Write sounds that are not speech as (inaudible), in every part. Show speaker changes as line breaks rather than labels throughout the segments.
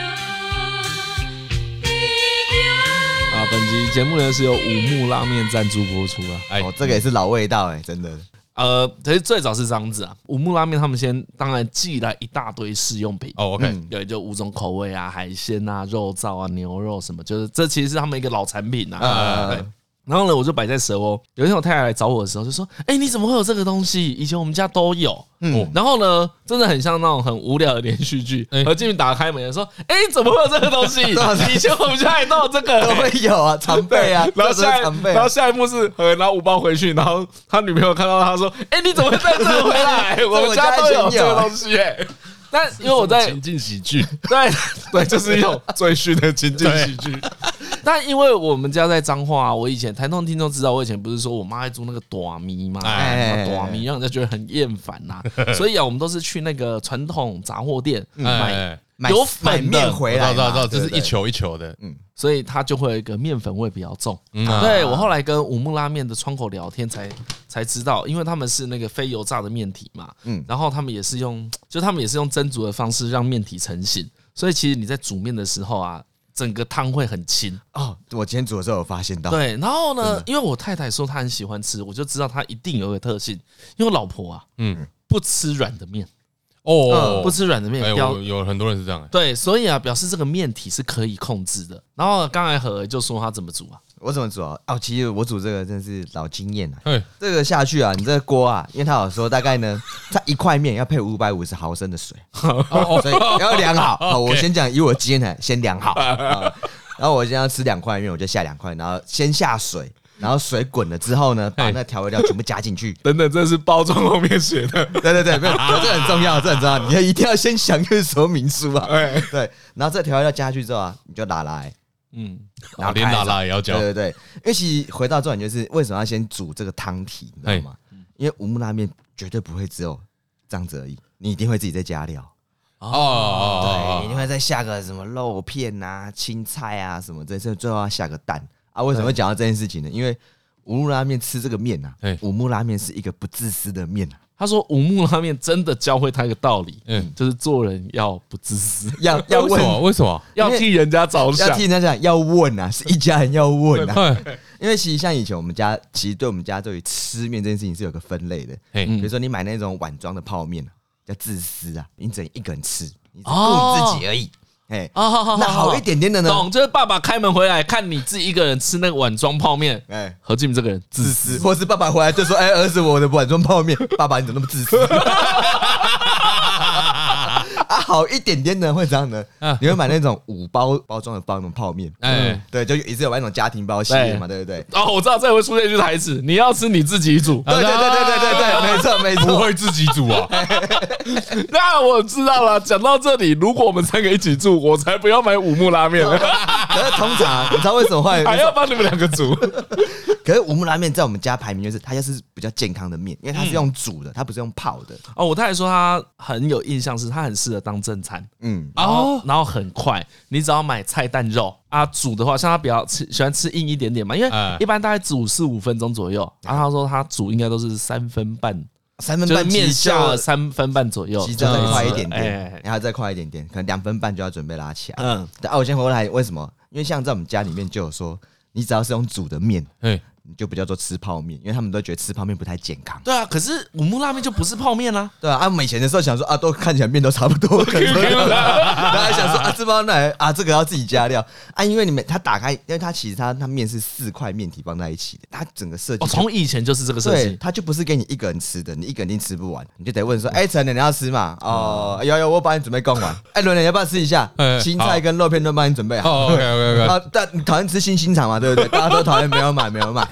啊
啊
本集节目呢是由五木拉面赞助播出啊。
哎
哦，这个也是老味道哎、真的。
呃，其实最早是这样子啊，五木拉面他们先当然寄来一大堆试用品。
哦，OK，
嗯
对，就五种口味啊，海鲜啊，肉燥啊，牛肉什么，就是这其实是他们一个老产品啊。对
呃，
然后呢，我就摆在蛇窝。有一天我太太来找我的时候，就说：“哎、你怎么会有这个东西？以前我们家都有。”嗯
哦
嗯，
然后呢，真的很像那种很无聊的连续剧。
哎
我进去打开门说：“哎、怎么会有这个 (laughs) 东西？以前我们家也都有这个、
都会有啊，常备啊，
(laughs) 然后
这都是
下一
常备
然
啊
后，下一幕是呃，拿五包回去，然后他女朋友看到他说：“哎、你怎么会带这个回 (laughs) 来？我们家都有这个东西、欸。” (laughs) 但因为我在
情境喜剧，
对 (laughs) 对，就是一种赘婿的情景喜剧。 (laughs) 但因为我们家在彰化、啊我以前台东听众知道，我以前不是说我妈爱做那个短米嘛，
哎
短米让人家觉得很厌烦 (laughs) 呐，所以啊，我们都是去那个传统杂货店买，
哎，
买
有粉
嗯买
的
面回来嘛，
知道知道，
对
这
不
是
对嗯
一球一球的，
所以它就会有一个面粉味比较重。
嗯啊
对我后来跟五木拉面的窗口聊天才才知道，因为他们是那个非油炸的面体嘛，嗯
嗯，
然后他们也是用，就他们也是用蒸煮的方式让面体成型，所以其实你在煮面的时候啊，整个汤会很清。
哦。我今天煮的时候有发现
啊
到，
对，然后呢，因为我太太说她很喜欢吃，我就知道她一定有一个特性，因为我老婆啊
嗯，
不吃软的面，
嗯
哦，
不吃软的面
哎，
表
我有很多人是这样，哎
对，所以啊，表示这个面体是可以控制的。然后刚才何就说她怎么煮啊，
我怎么煮啊？哦，其实我煮这个真的是老经验了、
哎，
这个下去啊，你这个锅啊，因为他有说大概呢， (laughs) 它一块面要配五百五十毫升的水，
哦
所以要
(laughs)
量好。好，我先讲，以我经验来，先量好。啊然后我今天要吃两块面，我就下两块，然后先下水，然后水滚了之后呢，把那调味料全部加进去。
等等，这是包装后面写的，
(laughs) 对对对，没有，这很重要，这很重要，你要一定要先详阅说明书啊。
哎
对，然后这调味料加下去之后啊，你就拿来。
嗯，
然后
哦连
开始
打蜡也要教，
对对对，因为其实回到重点就是为什么要先煮这个汤体，你知道吗？
哎
因为五木拉面绝对不会只有这样子而已，你一定会自己再加料，
哦哦
对，你一定会再下个什么肉片啊、青菜啊什么这些，最后要下个蛋啊。为什么会讲到这件事情
哎
呢？因为五木拉面吃这个面啊
对，
五木拉面是一个不自私的面啊，
他说五木拉面真的教会他一个道理，
嗯
就是做人要不自私，
要
哦，
要
为什
问，
么？为什么？
(laughs) 要替人家着
要
想
听。人家讲，要问啊，是 (laughs) 一家人要问啊。
哎，
因为其实像以前我们家，其实对我们家对于吃面这件事情是有个分类的。
嘿
比如说你买那种碗装的泡面啊，叫自私啊，你只能一个人吃，你只顾
哦
你自己而已。哎、
啊，好好
那好一点点的呢？
懂，就是爸爸开门回来看你自己一个人吃那个碗装泡面，
哎、
何进这个人自
自
私，
私，或是爸爸回来就说：“哎、儿子，我的碗装泡面， (laughs) 爸爸你怎么那么自私？” (laughs) 啊，好一点点的会这样的
啊，
你会买那种五包包装的包那种泡面，哎、
哎
对，就也是有买那种家庭包系列嘛，对不对？
哦，我知道这会出现一句台词：“你要吃你自己 (laughs) 煮。
啊
对对对对对对 (laughs) 对，
(laughs)
没错没错，
不会自己煮
(laughs)
啊？”
那我知道了。讲到这里，如果我们三个一起住，我才不要买五木 (laughs) 拉面了，
可是通常你知道为什么会？
还要帮你们两个煮。
可是五木拉面在我们家排名就是它就是比较健康的面，因为它
嗯
是用煮的，它不是用泡的。
哦，我太太说她很有印象，是她很适合当正餐。
嗯，
然后然后很快，你只要买菜蛋肉啊，煮的话，像他比较吃喜欢吃硬一点点嘛，因为
哎
一般大概煮四五分钟左右。然后他说他煮应该都是三分半，
三分
就是
半
面下了
下，
三分半左右，
其实再快一点
哎
点，然后再快一点点，可能两分半就要准备拉起来。
嗯，
但啊，我先回来，为什么？因为像在我们家里面就有说，你只要是用煮的面，
哎，
你就不叫做吃泡面，因为他们都觉得吃泡面不太健康。
对啊。可是五木拉面就不是泡面啦、
对啊，啊，我们以前的时候想说啊，都看起来面都差不多，可能都 (laughs) 然后还想说啊，这包奶啊，这个要自己加料啊，因为你们它打开，因为它其实它它面是四块面体放在一起的，它整个设计
哦，
就
从以前就是这个设
对，
计。
它就不是给你一个人吃的，你一个人一定吃不完，你就得问说，哎、陈磊你要吃嘛？哦，有有，我帮你准备供完。哎、伦伦你要不要吃一下
哎？
青菜跟肉片都帮你准备 (laughs) 好。
哦，OK，OK，OK，
啊，但你讨厌吃新新肠嘛，对不对？大家都讨厌，没有买，没有买，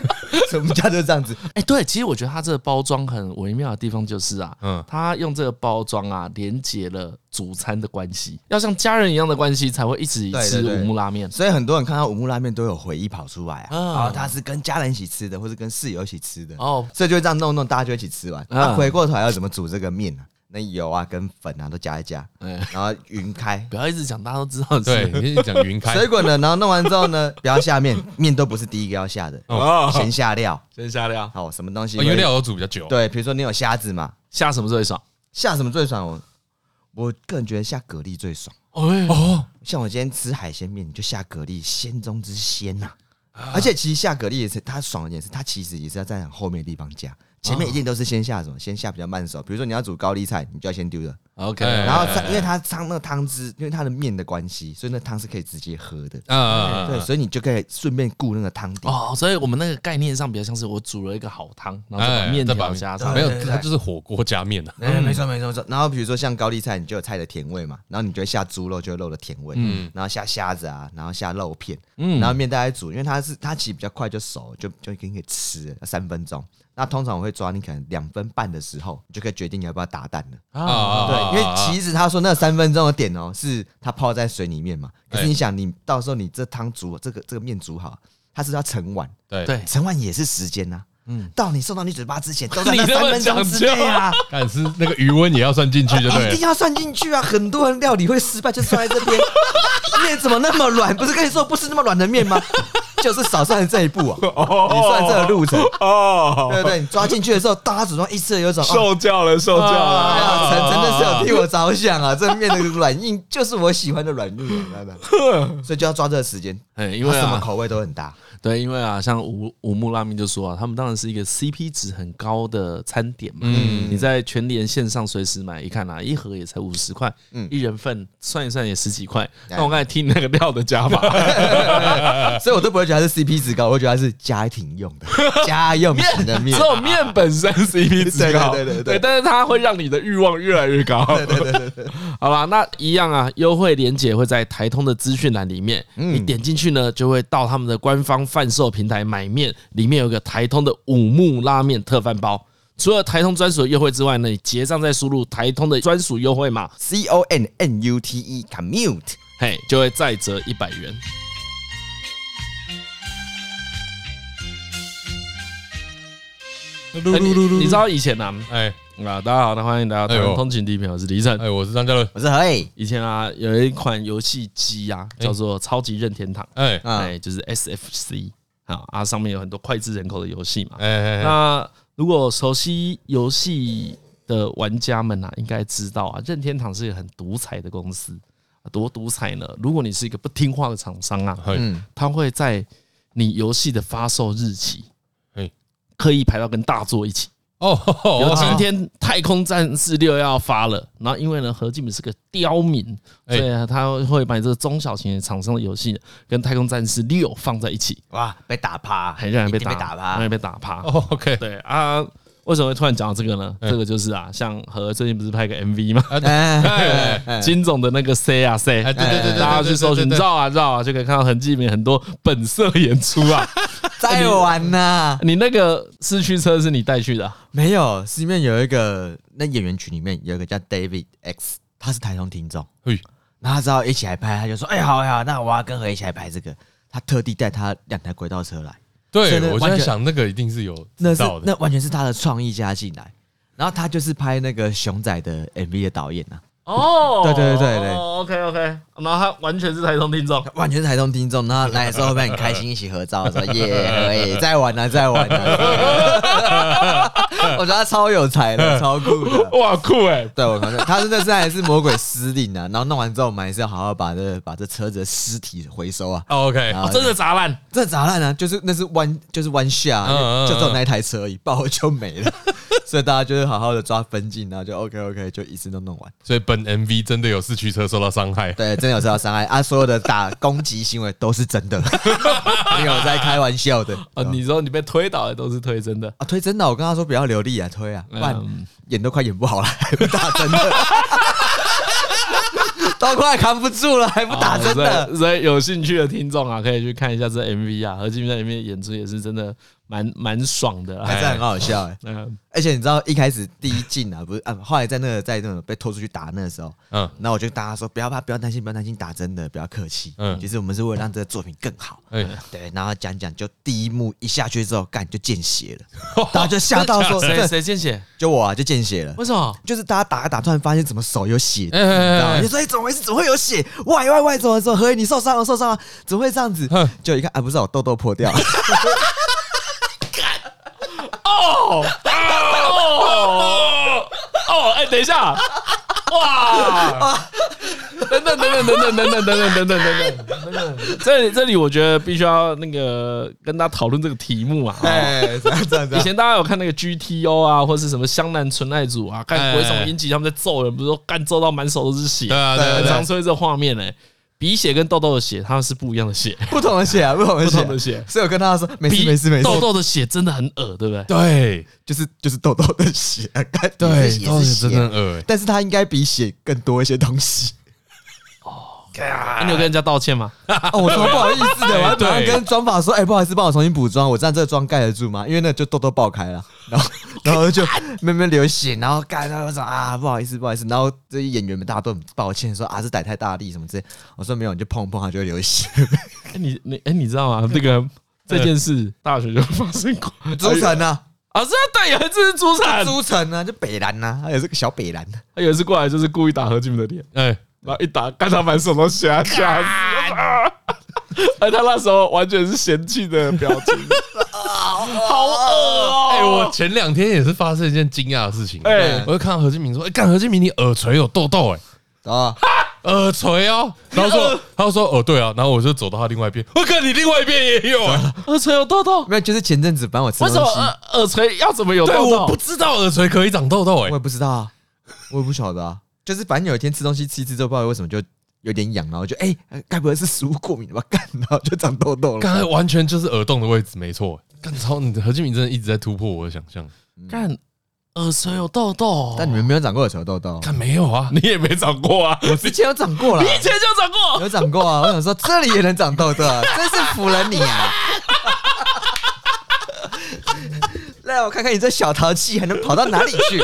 所以我们家就是这样子。
哎、对，其实我觉得它这个包装很微妙的地方就是啊，嗯
嗯，
它用这个包装啊，连接了主餐的关系，要像家人一样的关系，才会一直
对对
吃
对
五木拉面。
所以很多人看到五木拉面都有回忆跑出来
嗯
啊，
啊
啊，他是跟家人一起吃的，或是跟室友一起吃的，
哦，
所以就会这样弄一弄，大家就一起吃完。
嗯
啊
啊，回过头来要怎么煮这个面呢、那油啊跟粉啊都加一加，
嗯
哎、
然后匀开，
不要一直讲，大家都知道的
(laughs) 对，
事。
你先讲云开，
水滚了，然后弄完之后呢，不要下面， (laughs) 面都不是第一个要下的，
哦
先下料。
先下料，
好，什么东西
哦
会？
因为料都煮比较久，
对，比如说你有虾子嘛，
下什么最爽？
下什么最爽？我我个人觉得下蛤蜊最爽。
哦，
哦，
像我今天吃海鲜面，你就下蛤蜊，鲜中之鲜呐、而且其实下蛤蜊也是它爽的点是，它其实也是要在很后面的地方加，前面一定都是先下什么，先下比较慢手，比如说你要煮高丽菜，你就要先丢了，
OK，
哎
然后它因为它汤那个汤汁，因为它的面的关系，所以那汤是可以直接喝的，
啊，
对，所以你就可以顺便顾那个汤底。
哦，所以我们那个概念上比较像是我煮了一个好汤，然后再把
哎
面
再把
条加上，
没有
对，对
它就是火锅加面啊。
哎，没错没错没错。然后比如说像高丽菜，你就有菜的甜味嘛，然后你就会下猪肉，就有肉的甜味，嗯，然后下虾子啊，然后下肉片，嗯，然后面带来煮，因为它是它其实比较快就熟，就就已经可以吃了三分钟。那通常我会抓你可能两分半的时候，你就可以决定你要不要打蛋了。
啊
对，因为其实他说那三分钟的点哦、是它泡在水里面嘛。可是
哎
你想，你到时候你这汤煮这个这个面煮好，它是不是要盛碗，
对
对，
盛碗也是时间呐、嗯，到你送到你嘴巴之前，都在
你
(laughs)
那
那
三
么
分钟之内啊。
但是那个余温也要算进去，就对
一
了
定。要算进去啊！很多人料理会失败，就是算在这
(laughs)
边。面怎么那么软？不是跟你说不吃那么软的面吗？ (laughs) 就是少算这一步啊！你算这个路程，
哦，
对不对？你抓进去的时候，大家主动意识有一种。哦
教了，受
教了
哎呀，陈真的是有
有
替我着想啊！这面的软硬就是我喜欢的软硬啊，
(laughs)
真的所以就要抓这个时间，
哎，因
因为
为
什么
啊，
口味都很搭。
对，因为啊，像五五木拉面就说啊，他们当然是一个 CP 值很高的餐点嘛。嗯，你在全联线上随时买，一看啊，一盒也才五十块，
嗯
一人份算一算也十几块。
哎
那我刚才听那个料的加法，
所以我都不会觉得它是 CP 值高，我会觉得它是家庭用
(laughs)
的家用型的面啊
只。有面本身 CP 值高，
对对对对对
但是它会让你的欲望越来越高。对对对 (laughs) 好啦，那一样啊，优惠链接会在台通的资讯栏里面，你点进去呢，就会到他们的官方贩售平台买面，里面有个台通的五木拉面特饭包。除了台通专属的优惠之外呢，你结账再输入台通的专属优惠码，
C O N N U T E commute。
嘿，就会再折一百元。哎
噜噜噜噜，
你你知？道以前啊，
哎
啊，大家好，那欢迎大家
哎
台
呦
通通勤第一品，我是李晨。
哎，我是张嘉伦。
我是何以
以前啊，有一款游戏机啊，叫做《超级任天堂》，
哎哎
啊
哎，就是 SFC 啊啊，上面有很多脍炙人口的游戏嘛。
哎哎，
那如果熟悉游戏的玩家们啊，应该知道啊，任天堂是一个很独裁的公司，啊多独裁呢？如果你是一个不听话的厂商啊，
嗯
哎
它会在你游戏的发售日期
嘿，
刻意排到跟大作一起。
哦，
比如
哦
今天《太空战士六》要发了，然后因为呢，何敬敏是个刁民，所
哎
以啊他会把这个中小型的厂商的游戏跟《太空战士六》放在一起，
哇，被打趴，
很让人被
一定
打
被打
让
趴
人。被打趴。
哦，OK，
对啊，为什么会突然讲到这个呢？
嗯
这个就是啊，像何最近不是拍个 MV 吗？
哎
哎
哎
金总的那个 C 啊 C，
哎，对对对对，
大家去搜寻
对对对
绕啊绕啊，就可以看到何敬敏很多本色演出
(laughs)
啊。
在玩呐、
你那个四驱车是你带去的啊？
没有，是里面有一个那演员群里面有一个叫 David X，他是台中听众，
嘿，
然后他知道一起来拍，他就说：“哎、好呀，那我要跟何一起来拍这个。”他特地带他两台轨道车来，所以呢
对我就
完
在
全
想那个一定是有
那
知
是
道的
那完全是他的创意加进来。然后他就是拍那个熊仔的 MV 的导演啊，
哦，
对对对对
，OK OK，然后他完全是台中听众，
完全是台中听众。然后来的时候会很开心，一起合
(laughs)
照，说耶，何以在玩呢，在玩呢。啊 (laughs) 我觉得他超有才的，超酷的。
哇酷哎！
对，我看到他是那是还是魔鬼司令啊，然后弄完之后，我们还是要好好把这把这车子的尸体回收啊。
哦，OK，
然
哦
后
真的砸烂，
这砸烂啊，就是那是弯就是弯下啊、
嗯嗯嗯
就只有那一台车而已，爆了就没了。 (laughs) 所以大家就是好好的抓分镜，然后就 OK OK，就一次都弄完。
所以本 MV 真的有四驱车受到伤害。
对，真的有受到伤害啊！所有的打攻击行为都
(laughs)
是真的，没有在开玩笑的
啊！
哦
你说你被推倒的都是推真的，
啊！推真的，我跟他说不要流力啊，推啊，不然
嗯
演都快演不好了，还不打真的，都快扛不住了，还不打真的。
啊所以所以有兴趣的听众啊，可以去看一下这 MV 啊，何敬明在里面演出也是真的蛮蛮爽的
还
啦。
是很好笑哎、
嗯，
而且你知道一开始第一进啊，不是啊，后来在那个在那种被拖出去打那个时候，
嗯
那我就跟大家说不要怕，不要担心，不要担心，打真的，不要客气。嗯，
嗯
其实我们是为了让这个作品更好。
嗯
哎，
(laughs) 对，然后讲讲，就第一幕一下去之后，干就见血
(laughs)
了，大家就吓到说，
谁
这
谁见血？
就我啊就见血了。
为什么？
就是大家打一打，突然发现怎么手有血，你
哎哎哎
知道吗？
哎
就说哎，怎么回事？怎么会有血？喂喂喂，怎么怎么何以你受伤了？受伤了？怎么会这样子
哼？
就一看啊，不是我痘痘破掉了，
哦哦，哎，等一下，哇！人等等等等等等等等等等等等，这里这里我觉得必须要那个跟大家讨论这个题目啊。
哎，这样这样这
以
样，
前大家有看那个 GTO 啊，或是什么湘南纯爱组啊，看
哎
鬼冢英吉他们在揍人，不是说干揍到满手都是血，
对啊对啊
很
对啊
常出现这画面嘞、鼻血跟痘痘的血，它们是不一样的血，
不同的血啊，不同的
不
血
同
啊
的，血。
所以我跟他说没事
鼻
没事没事，
痘痘的血真的很恶，对不对？
对
就是就是痘痘的血啊，干也
对，
是也
都
是
是真的很
血，
恶欸
但是它应该比血更多一些东西。
啊你有跟人家道歉吗？
(laughs) 哦，我超不好意
哎
思的，我还马上
对
跟妆发说，哎，不好意思，帮我重新补妆，我这样这个妆盖得住吗？因为那就痘痘爆开了，
(laughs)
然后然后就慢慢流血，然后盖，然后我说啊，不好意思不好意思，然后这些演员们大家都很抱歉，说啊这歹太大力什么之类，我说没有，你就碰一碰它就会流血。
(laughs) 哎，你你哎，你知道吗？这个这件事大学就发生过，
朱晨啊，
啊，是啊，对，有一次是朱产，
朱晨啊，就北兰呐，还有这个小北兰，
他有一次过来就是故意打何俊文的脸，
哎，
然后一打，干他满手都血，吓死我啊！而他那时候完全是嫌弃的表 (laughs) 情，好恶哦！
哎，我前两天也是发生一件惊讶的事情，
哎
哎，我就看到何敬明说，哎，干何敬明，你耳垂有痘痘，
(laughs)
哎，
啊，
耳垂哦，然后说，他就说，哦，对啊，然后我就走到他另外一边，我看你另外一边也有啊，
耳垂有痘痘，
没有，就是前阵子反正我吃
为
东
什么呃
西，
耳耳垂要怎么有
对，
痘
我不
痘？
知道耳垂可以长痘痘，哎
我，也不知道啊，我也不晓得啊。就是反正有一天吃东西吃一吃之后，不知道为什么就有点痒，然后就哎，呃该、不会是食物过敏了吧？干，然后就长痘痘
刚
了。
才完全就是耳洞的位置，没错。欸干超，你的何敬明真的一直在突破我的想象。
干，耳垂有痘痘，
但你们没有长过耳垂痘痘，
干没有啊？
你也没长过啊？
我之前有长过了
你，以前就长过，
有长过啊。我想说这里也能长痘痘啊，真是服了你啊！来，我看看你这小淘气还能跑到哪里去？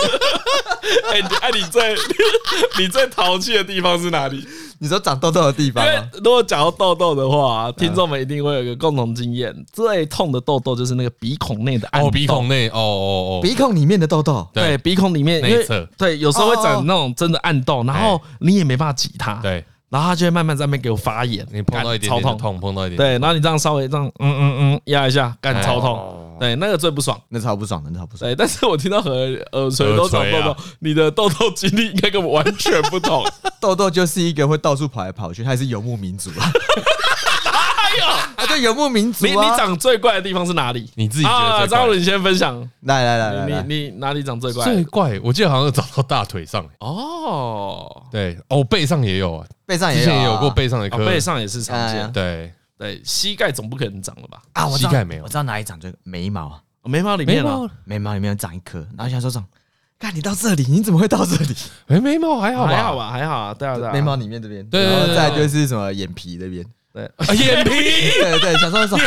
(laughs) 哎，你哎，你最 (laughs) 你最淘气的地方是哪里？
你说长痘痘的地方啊
因为
吗？
如果讲到痘痘的话，听众们一定会有一个共同经验，最痛的痘痘就是那个鼻孔内的暗
哦，
痘
鼻孔内，哦哦哦，
鼻孔里面的痘痘，
对鼻孔里面
内
因为
侧
对，有时候会
哦
长那种真的暗痘，然后你也没办法挤它，，
对，
然后它就会慢慢在那边给我发炎，
你碰到一点
干超
点就，痛，碰到一点，
对，然后你这样稍微这样嗯嗯嗯压一下，干
哎
超痛，对，那个最不爽。
那超不爽的，那超不爽。
对，但是我听到和耳垂都长痘
耳垂
痘
啊，
你的痘痘经历应该跟我完全不
(laughs)
同。
痘痘就是一个会到处跑来跑去，他也是游牧民族啊。哎呦，啊，对，游牧民族、啊。
你你长最怪的地方是哪里？
你自己觉得
啊，
最怪
张伦，你先分享。
来来来来
你
来，
你你哪里长最怪？
最怪，我记得好像有长到大腿上，欸
哦，
对，哦，背上也有，啊，
背上也
之
有、啊，
前也有过背上的
哦
颗，
背上也是常
哎
见
呀。
对，
对，膝盖总不可能长了吧？
啊，我知道
膝盖没有
我知道哪里长这个眉毛啊，
哦眉毛里
眉
面啊
毛，，
眉毛里面有长一颗，然后想说长，看你到这里，你怎么会到这里？
哎，眉毛还好吧？
还好？吧，还好啊，对啊，对啊。
眉毛里面这边，
对
然后
对对
再就是什么眼皮这边， (laughs)
对， (laughs)
眼皮，
对对，想说长，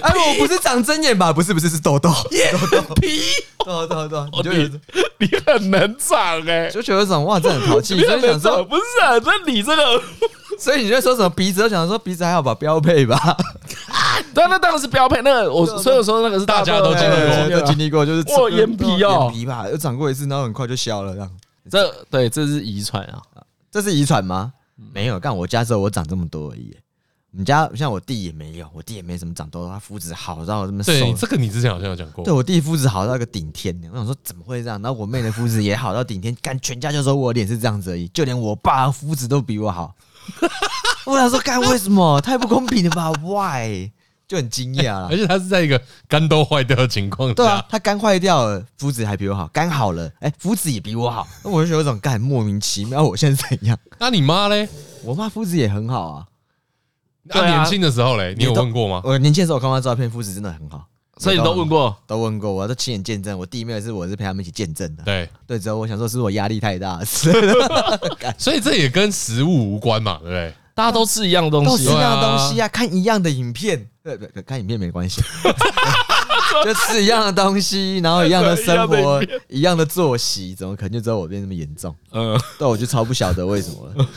哎，我不是长针眼吧？不是不是，是痘痘，痘痘，
皮，
痘痘，痘痘，你就有
你你很能长哎，
就觉得长哇，这很
(laughs)
淘气，
你
所以
很能
想
长，
说，
不是啊？那你这个，
所以你就说什么鼻子，我想说鼻子还好吧，标配吧，
对啊， (laughs) 那当然是标配。那 (laughs) 个我所以我说那个是
大家都经历过
对对对
都经历 (laughs) 过，就是
哇眼皮哦
眼皮吧，又长过一次，然后很快就消了，这样，
这对这是遗传啊。
这是遗传吗？
嗯
没有，干我家只有我长这么多而已。我们家像我弟也没有，我弟也没什么长痘痘，他肤质好到这么瘦。
对，这个你之前好像有讲过
对，我啊弟肤质好到一个顶天呢，我想说怎么会这样？然后我妹的肤质也好到顶天，干全家就说我脸是这样子而已，就连我爸肤质都比我好。 (laughs) 我想说干为什么？太不公平了吧？Why？就很惊讶啦
而。且他是在一个肝都坏掉的情况
对啊
下，，
他肝坏掉了，肤质还比我好；肝好了，哎、肤质也比我好。那我就有一种干莫名其妙，我现在怎样？
那你妈嘞？
我妈肤质也很好啊，
对
那
啊
年轻的时候嘞，你有
你都
问过
(laughs)
吗？
我年轻的时候我看过她照片，肤质真的很好，
所以你都问过，
都问过，我都亲眼见证。我弟妹是我是陪他们一起见证
嗯
的。
对，
对，之后我想说，是我压力太大 (laughs)
啊
了，之类的
所以这也跟食物无关嘛，对不对？
大家都吃一样的东
都是
西
一，样的东西啊，看一样的影片，对对，对看影片没关系， (laughs) 就吃一样的东西，然后一样的生活，一样的作息，怎么可能就知道我变这么严重？
嗯，
对，我就超不晓得为什么了。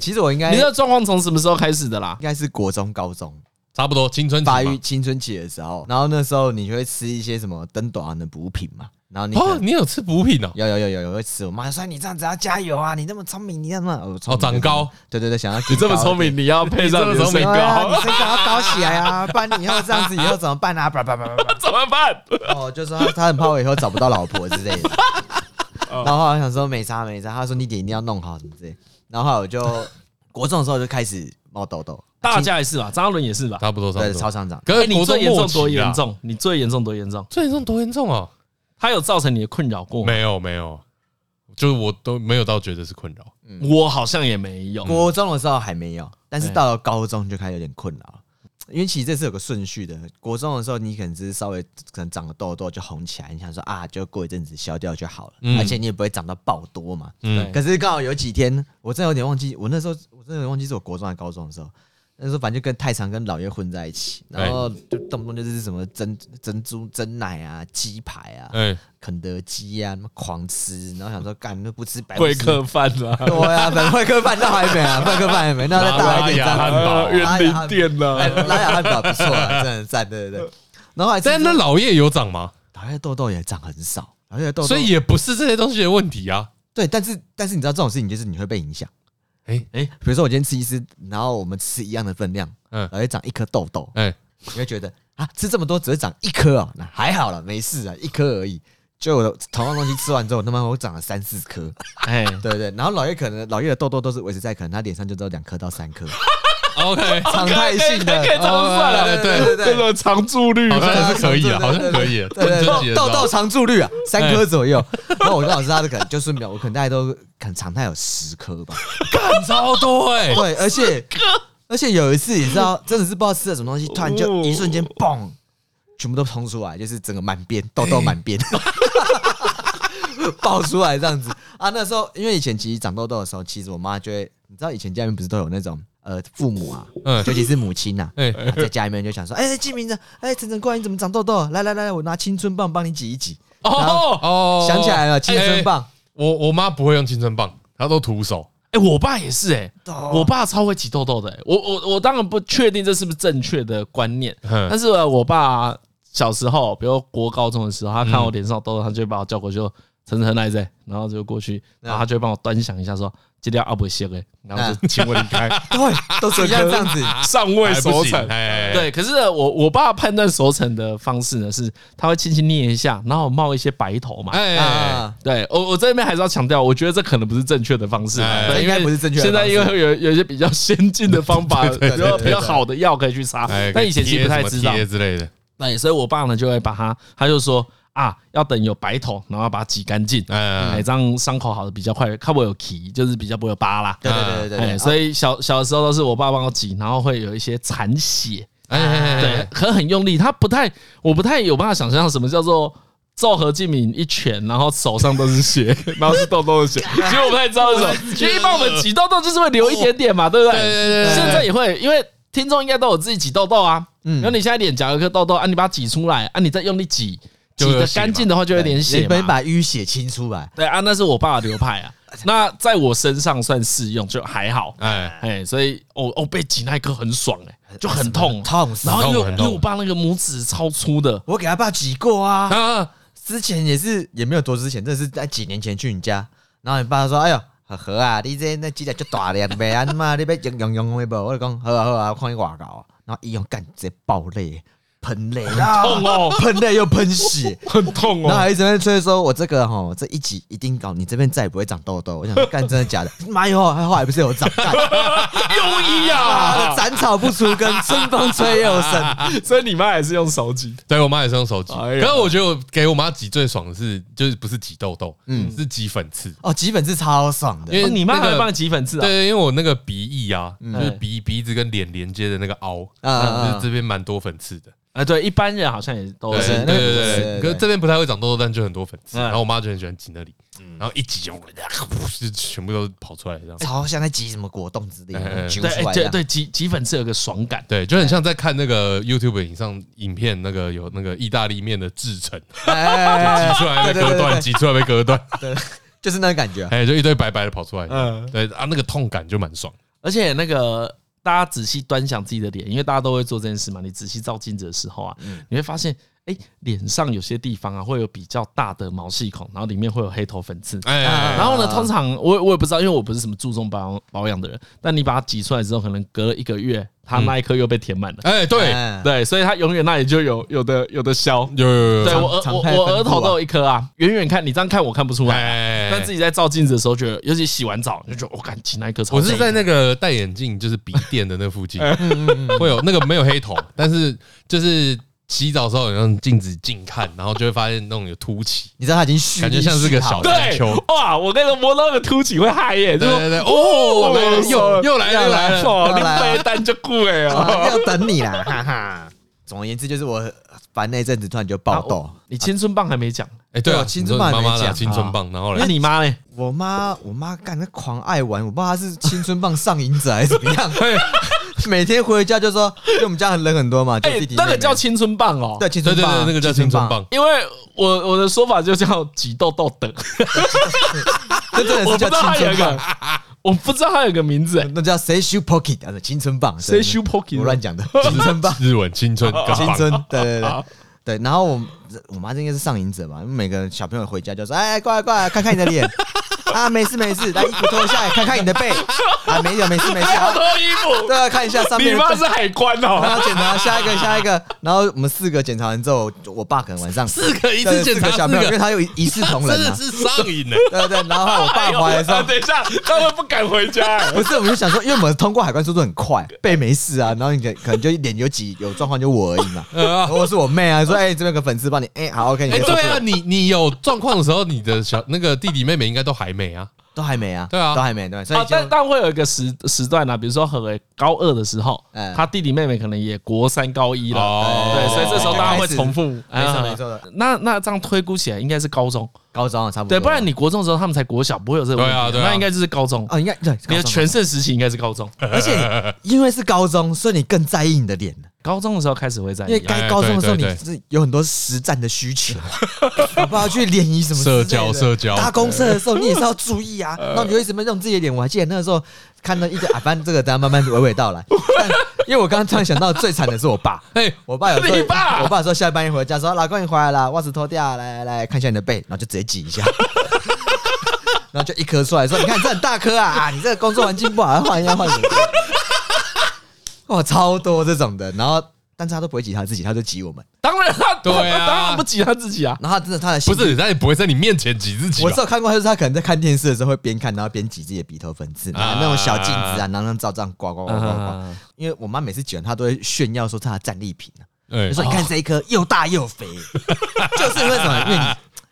其实我应
(laughs)
该
你
应
的状况从什么时候开始的啦？
该是国中、高中
差不多青春期嘛哦
发育青春期的时候，然后那时候你就会吃一些什么灯短的补品嘛，然后你可能
哦，你有吃补品哦？
有有有有有会吃，我妈就说你这样子要加油啊，你那么聪明，你那么哦
哦长高，
对对对，想要
你这么聪明，你哎要配上你的身
对啊，你
高，
身高要高起来啊，不然你以后这样子以后怎么办啊？叭叭叭叭
(laughs)
叭，
怎么办？
哦，就说他很怕我以后找不到老婆之类的。然后我想说没差没差，他说你脸一定要弄好什么之类的，然后后来我就。国中的时候就开始冒痘痘，
大家也是吧？张嘉伦也是吧？
差不多，差
对
不
超
多。
常长。
可
哎，
是
你
国中
最严
末
重
期
多
啊
严？重？你最严重多严重？
最严重多严重啊？
它有造成你的困扰过吗？
没有没有，就是我都没有到觉得是困扰。
我好像也没有。
国中的时候还没有，但是到了高中就开始有点困扰了。因为其实这是有个顺序的，国中的时候你可能只是稍微可能长个痘痘就红起来，你想说啊，就过一阵子消掉就好了，
嗯
而且你也不会长到爆多嘛。
嗯，
可是刚好有几天，我真的有点忘记，我那时候我真的忘记是我国中还是高中的时候，那时候反正就跟太常跟老爷混在一起，然后就动不动就是什么珍珍珠蒸奶啊、鸡排啊、
哎，
肯德基啊，那么狂吃，然后想说干那不吃白不
贵
吃
客饭
(laughs)
啦，
对啊，本会客饭到还没
(laughs)
啊，会客饭还没，那再大一点
拉雅
再
汉堡
呃园林店
啊
啦
哎，，拉雅汉堡不错啊，真的赞，对对对。然后还
但
真
那
的，
老叶有长吗？
老叶痘痘也长很少，老叶痘痘，
所以也不是这些东西的问题啊。
对，但是但是你知道这种事情就是你会被影响。
哎
哎，
比如说我今天吃一吃，然后我们吃一样的分量，
嗯
老叶长一颗痘痘，
哎，
你会觉得啊，吃这么多只会长一颗哦，那还好了，没事啊，一颗而已。就我的同样东西吃完之后，他妈我长了三四颗，
哎，
对对。然后老叶可能老叶的痘痘都是维持在可能他脸上就只有两颗到三颗，
哎啊 OK，
常态性的，
哦可以这么算了
哦对对对
这
对
个常驻率
好像也是可以啊，
对
好像
对对
可以啊。
对对
这集
对，
也
痘
知道哎
痘常驻率啊，三颗左右。然后我跟老师他的可能就是秒，我可能大概都可能常态有十颗吧。
干超多哎，
对，而且而且有一次你知道，真的是不知道吃了什么东西，突然
哦
就一瞬间嘣，全部都冲出来，就是整个满边痘痘满
(laughs)
边。爆出来这样子啊！那时候因为以前其实长痘痘的时候，其实我妈就会，你知道以前家里面不是都有那种呃父母啊，
嗯
(laughs) 尤其是母
(laughs)
亲呐、
哎
啊，在家里面就想说，哎、记名字，哎、晨晨过来，你怎么长痘痘？来来来，我拿青春棒帮你挤一挤。
哦哦
想起来了，青春。
(laughs)
哎
棒，
我我妈不会用青春棒，她都徒手。
哎，我爸也是哎，
哦
我爸超会起痘痘的哎。我我我当然不确定这是不是正确的观念，
嗯
但是呃我爸小时候，比如国高中的时候，他看我脸上有痘痘，他就会把我叫过去，就晨晨来着，然后就过去，
嗯
然后他就会帮我端详一下，说今天要不谢哎，然后就请我离开，
对，都是像这样子。
(laughs) 上位
还不
首
行
产。
哎，
对，可是呢我我爸判断熟成的方式呢，是他会轻轻捏一下，然后冒一些白头嘛。
哎哎，
啊，
对我我这边还是要强调，我觉得这可能不是正确的方式，
哎
对，
这应
因为
该不是正确的
现在
方式
因为有有一些比较先进的方法，比
(laughs) 对对
较
对
比较好的药可以去擦
哎，
但以前其实不太知道
贴什。么贴之类的。
对，所以我爸呢就会把它，他就说啊，要等有白头，然后要把它挤干净，
嗯
哎，
哎，
这样伤口好的比较快，看我有皮，就是比较不会有疤啦。
对对对对
哎，
对，
所以小小的时候都是我爸帮我挤，然后会有一些残血，
哎哎
对，，可很用力，他不太，我不太有办法想象什么叫做。揍何敬敏一拳，然后手上都是血， (laughs) 然后是痘痘的
(laughs) 啊
血。其实我不太知道是什么，因为一般我们挤痘痘就是会流一点点嘛，对不对？
哦对对对
现在也会，因为听众应该都有自己挤痘痘啊。嗯，然后你现在脸颊有一颗痘痘啊，你把它挤出来啊，你再用力挤，挤
就会有
的
血
干
嘛哎
净的话就有点
你
血
能不能
嘛。
把淤血清出来？
对啊，那是我爸的流派啊。那在我身上算适用，就还好。
哎，
哎，所以哦哦，被挤那一刻很爽哎、就很痛，
痛死
然后
痛
又
很
因
痛
为我爸那个拇指超粗的，
我给他爸挤过啊，
啊，
之前也是也没有多之前，这是在几年前去你家，然后你爸说：“哎呦，呵呵啊，你这那指甲就大了，袂安嘛，你要用用用的不？”我就讲：“好啊好啊，我看你外搞啊。”然后一用干直接爆泪，喷泪，
痛哦，
喷泪又喷血，
很痛哦 (laughs)
然后。还一直在吹说，我这个哈，这一集一定搞，你这边再也不会长痘痘。我想说干，真的假的？妈哟，他后来不是有长？干
优一
妈的，
啊！
斩草不除根，春风吹又生。
(laughs) 所以你妈也是用手挤，
对我妈也是用手挤，
哎
可
呀
是我觉得我给我妈挤最爽的是，就是不是挤痘痘，嗯，是挤粉刺，
哦，几本是超爽的
因，为
哦你妈还
那
会
个
帮你挤粉刺啊？
对，因为我那个鼻翼啊，就是
哎
鼻鼻子跟脸连接的那个凹，
啊
嗯
啊啊
就是这边蛮多粉刺的。
啊，对，一般人好像也都
对
哦是
是
对
那个
对
粉
对对，
刺对
可是
对
这边不太会长痘痘，但就很多粉刺。
嗯
然后我妈就很喜欢挤那里，然后一挤就就全部都跑出来这样。
超像在挤什么果冻之类
哎哎哎
的，揪
对
出
哎
来
对
的。
对，挤挤粉刺有个爽感。
对，就很像在看那个 YouTube 影上影片，那个有那个意大利面的制成，挤
哎哎哎哎
出来被
对对对
隔断，
对
挤出来被隔断，
就是那个感觉啊。
哎，就一堆白白的跑出来。
嗯
对啊，那个痛感就蛮爽。
而且那个大家仔细端详自己的脸，因为大家都会做这件事嘛。你仔细照镜子的时候啊，你会发现，哎、脸上有些地方啊会有比较大的毛细孔，然后里面会有黑头粉刺。
哎哎，哎
然后呢，通常我我也不知道，因为我不是什么注重保养保养的人。但你把它挤出来之后，可能隔了一个月，它那一颗又被填满了。
哎，对，
哎，
对，所以它永远那里就有有的有的削。
有有
对
有，
我额
常
我
态分
我
布啊
额头都有一颗啊，远远看你这样看我看不出来啊，
哎，
但自己在照镜子的时候觉得，尤其洗完澡就觉得我感情那一颗超
我是
正
在那个戴眼镜就是鼻垫的那附近，会有那个没有黑头，但是就是洗澡的时候，然后镜子近看，然后就会发现那种有凸起，
你知道他已经蓄
感觉像是个小
蓄好了
对
球
哇，我跟你说摸到那个凸起会嗨耶，就
对
是
对对，哦，来了又又来了又来了，
哦，
要
你
来了
背单就贵哦。
啊要等你啦，哈哈。总而言之，就是我烦那阵子突然就爆痘。
你青春棒还没讲，
哎，对
对
啊，
我青春棒
你说你妈妈
还没
拿
讲啊
青春棒，然后
那
嘞，
你妈呢？
我妈，我妈干那狂爱玩，我不知道她是青春棒上瘾者还是怎么 (laughs) 样，
嘿
每天回家就说，因为我们家人很多嘛，就
哎
弟弟，妹妹
那个叫青春棒哦。
对青
对
春
对
棒
对
啊，，
那个叫青春棒，，
因为我我的说法就叫挤痘痘
(laughs)
等，
那真
我
的是
不知
叫
道它
青
有
春
一
棒
个，， (laughs) 我不知道它有个名
(laughs)
字哎，
那叫谁 shoe pocket 啊，青春棒，
谁 shoe pocket
我乱讲的，青春棒，
日文青春跟
青
棒，
春，对对对。对，然后我我妈这应该是上瘾者吧，因为每个小朋友回家就说：“哎，过来过来，看看你的脸 (laughs) 啊，没事没事，来衣服脱下来，看看你的背啊，没有没事没事，
还要
啊
脱衣服，
对啊，看一下 (laughs) 上
你
面的
妈
洞。”
是海关
然 (laughs)
哦，
后检查下一个，下一个，然后我们四个检查完之后，我我爸可能晚上
四个一次
对
检
四
查
个
四
小朋友，因为
个，
他有一一视同
(laughs) 真
仁
的
啊，
是上
(laughs)
瘾呢。
对对。然后我爸
哎呦
回来的时候
(laughs) 啊，等一下，他们不敢回家
(laughs)
哎。
不是，我们就想说，因为我们通过海关速度很快，背没事啊，然后你可可能就脸有几有状况就我而已
(laughs)
嘛，
呃
或者是我妹啊，说哎、这边有个粉丝帮你，哎、好 OK，你
哎，
可以
对啊，
做，
你你有状况的时候，你的小那个弟弟妹妹应该都还没啊。
都还没啊，
对啊
都还没对，所以
啊，
就、
但但会有一个时时段啊，比如说何为高二的时候，
嗯
他弟弟妹妹可能也国三高一了，
哦
对，所以这时候大家会重复，
没错
啊
没错的，
那那这样推估起来应该是高中，
高中啊差不多，
对，不然你国中的时候他们才国小，不会有这个问题，
对啊对啊
那应该就是高中，
啊应该对，
你的
高中
全，盛时期应该是高
(laughs)
中，
而且因为是高中，所以你更在意你
(laughs)
的脸了。
高中的时候开始会在
因为
意啊，
该高中的时候，
哎
你
对对
是有很多实战的需
(laughs)
求，好不好？去联谊什么之类的
社交社交
搭公社的时候，你也是要注意啊。
呃
然后你为什么用自己的脸？我还记得那个时候看到一个啊，反正这个大家慢慢娓娓道来。但因为我刚刚突然想到，最惨的是我爸。
哎，
我爸有
(laughs)
时
你爸
候，我爸说下班一回家说：“老公，你回来了，袜子脱掉，来来来，看一下你的背。”然后就直接挤一下， (laughs) 然后就一颗出来，说：“你看这很大颗啊，啊，你这个工作环境不好，要换一下 (laughs) 换什么？”哇，超多这种的。然后，但是他都不会挤他自己，他就挤我们。
当然 (laughs) 他
对啊
当然不挤他自己啊，
然后他真的他的
不
兴趣
是，他也不会在你面前挤自己
我
吧
只？有看过，他就是他可能在看电视的时候会边看，然后边挤自己的鼻头粉刺，拿那种小镜子啊，然后让照这样刮刮刮刮刮
啊
嗯。
因为我妈每次卷，她都会炫耀说她的战利品啊，
哎
就说你看这一颗又大
(laughs)
又肥，就是为什么？因为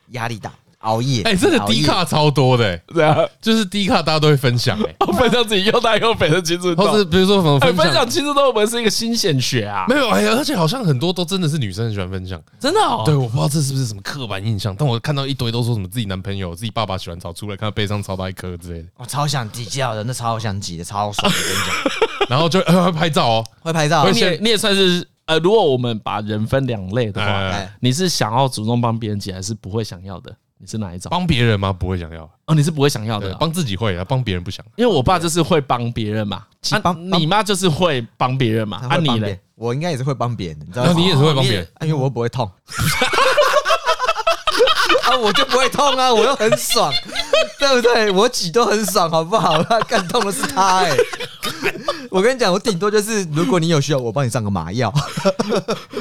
你压力大，熬夜。
哎、真的
熬夜
低，卡超多的、欸，
对啊， (laughs)
就是低卡大家都会分
(laughs)
享、欸，
分享自己又大又肥的青春痘，
或是比如说什么
哎
分享，
分享青春痘，我们是一个新鲜学啊，
没有，哎、呀，而且好像很多都真的是女生很喜欢分享。
真的哦
对，，我不知道这是不是什么刻板印象，但我看到一堆都说什么自己男朋友、自己爸爸喜欢找出来，看到背上超大一颗之类的，
我超想挤掉的，那超想挤的，超爽的。我跟你
(laughs)
讲，
然后就、呃、会拍照哦，
会拍照
会
而，且你也算是呃，如果我们把人分两类的话。
哎，
哎，
你是想要主动帮别人挤，还是不会想要的？你是哪一种？
帮别人吗？不会想要，
哦，你是不会想要
对
的，哦，
帮自己会啊，帮别人不想。
因为我爸就是会帮别人嘛，啊，
帮帮
你妈就是会帮别人嘛，
她
啊，
会
你
帮别
嘞
人？我应该也是会帮别人的，你知道
然
吗？
后你也是会帮
哦
别人，
啊因为我又不会痛。 (laughs) 啊，我就不会痛啊，我又很 (laughs) 爽，对不对？我挤都很爽，好不好？ (laughs) 干痛的是他哎、 (laughs) 我跟你讲，我顶多就是，如果你有需要，我帮你上个麻药。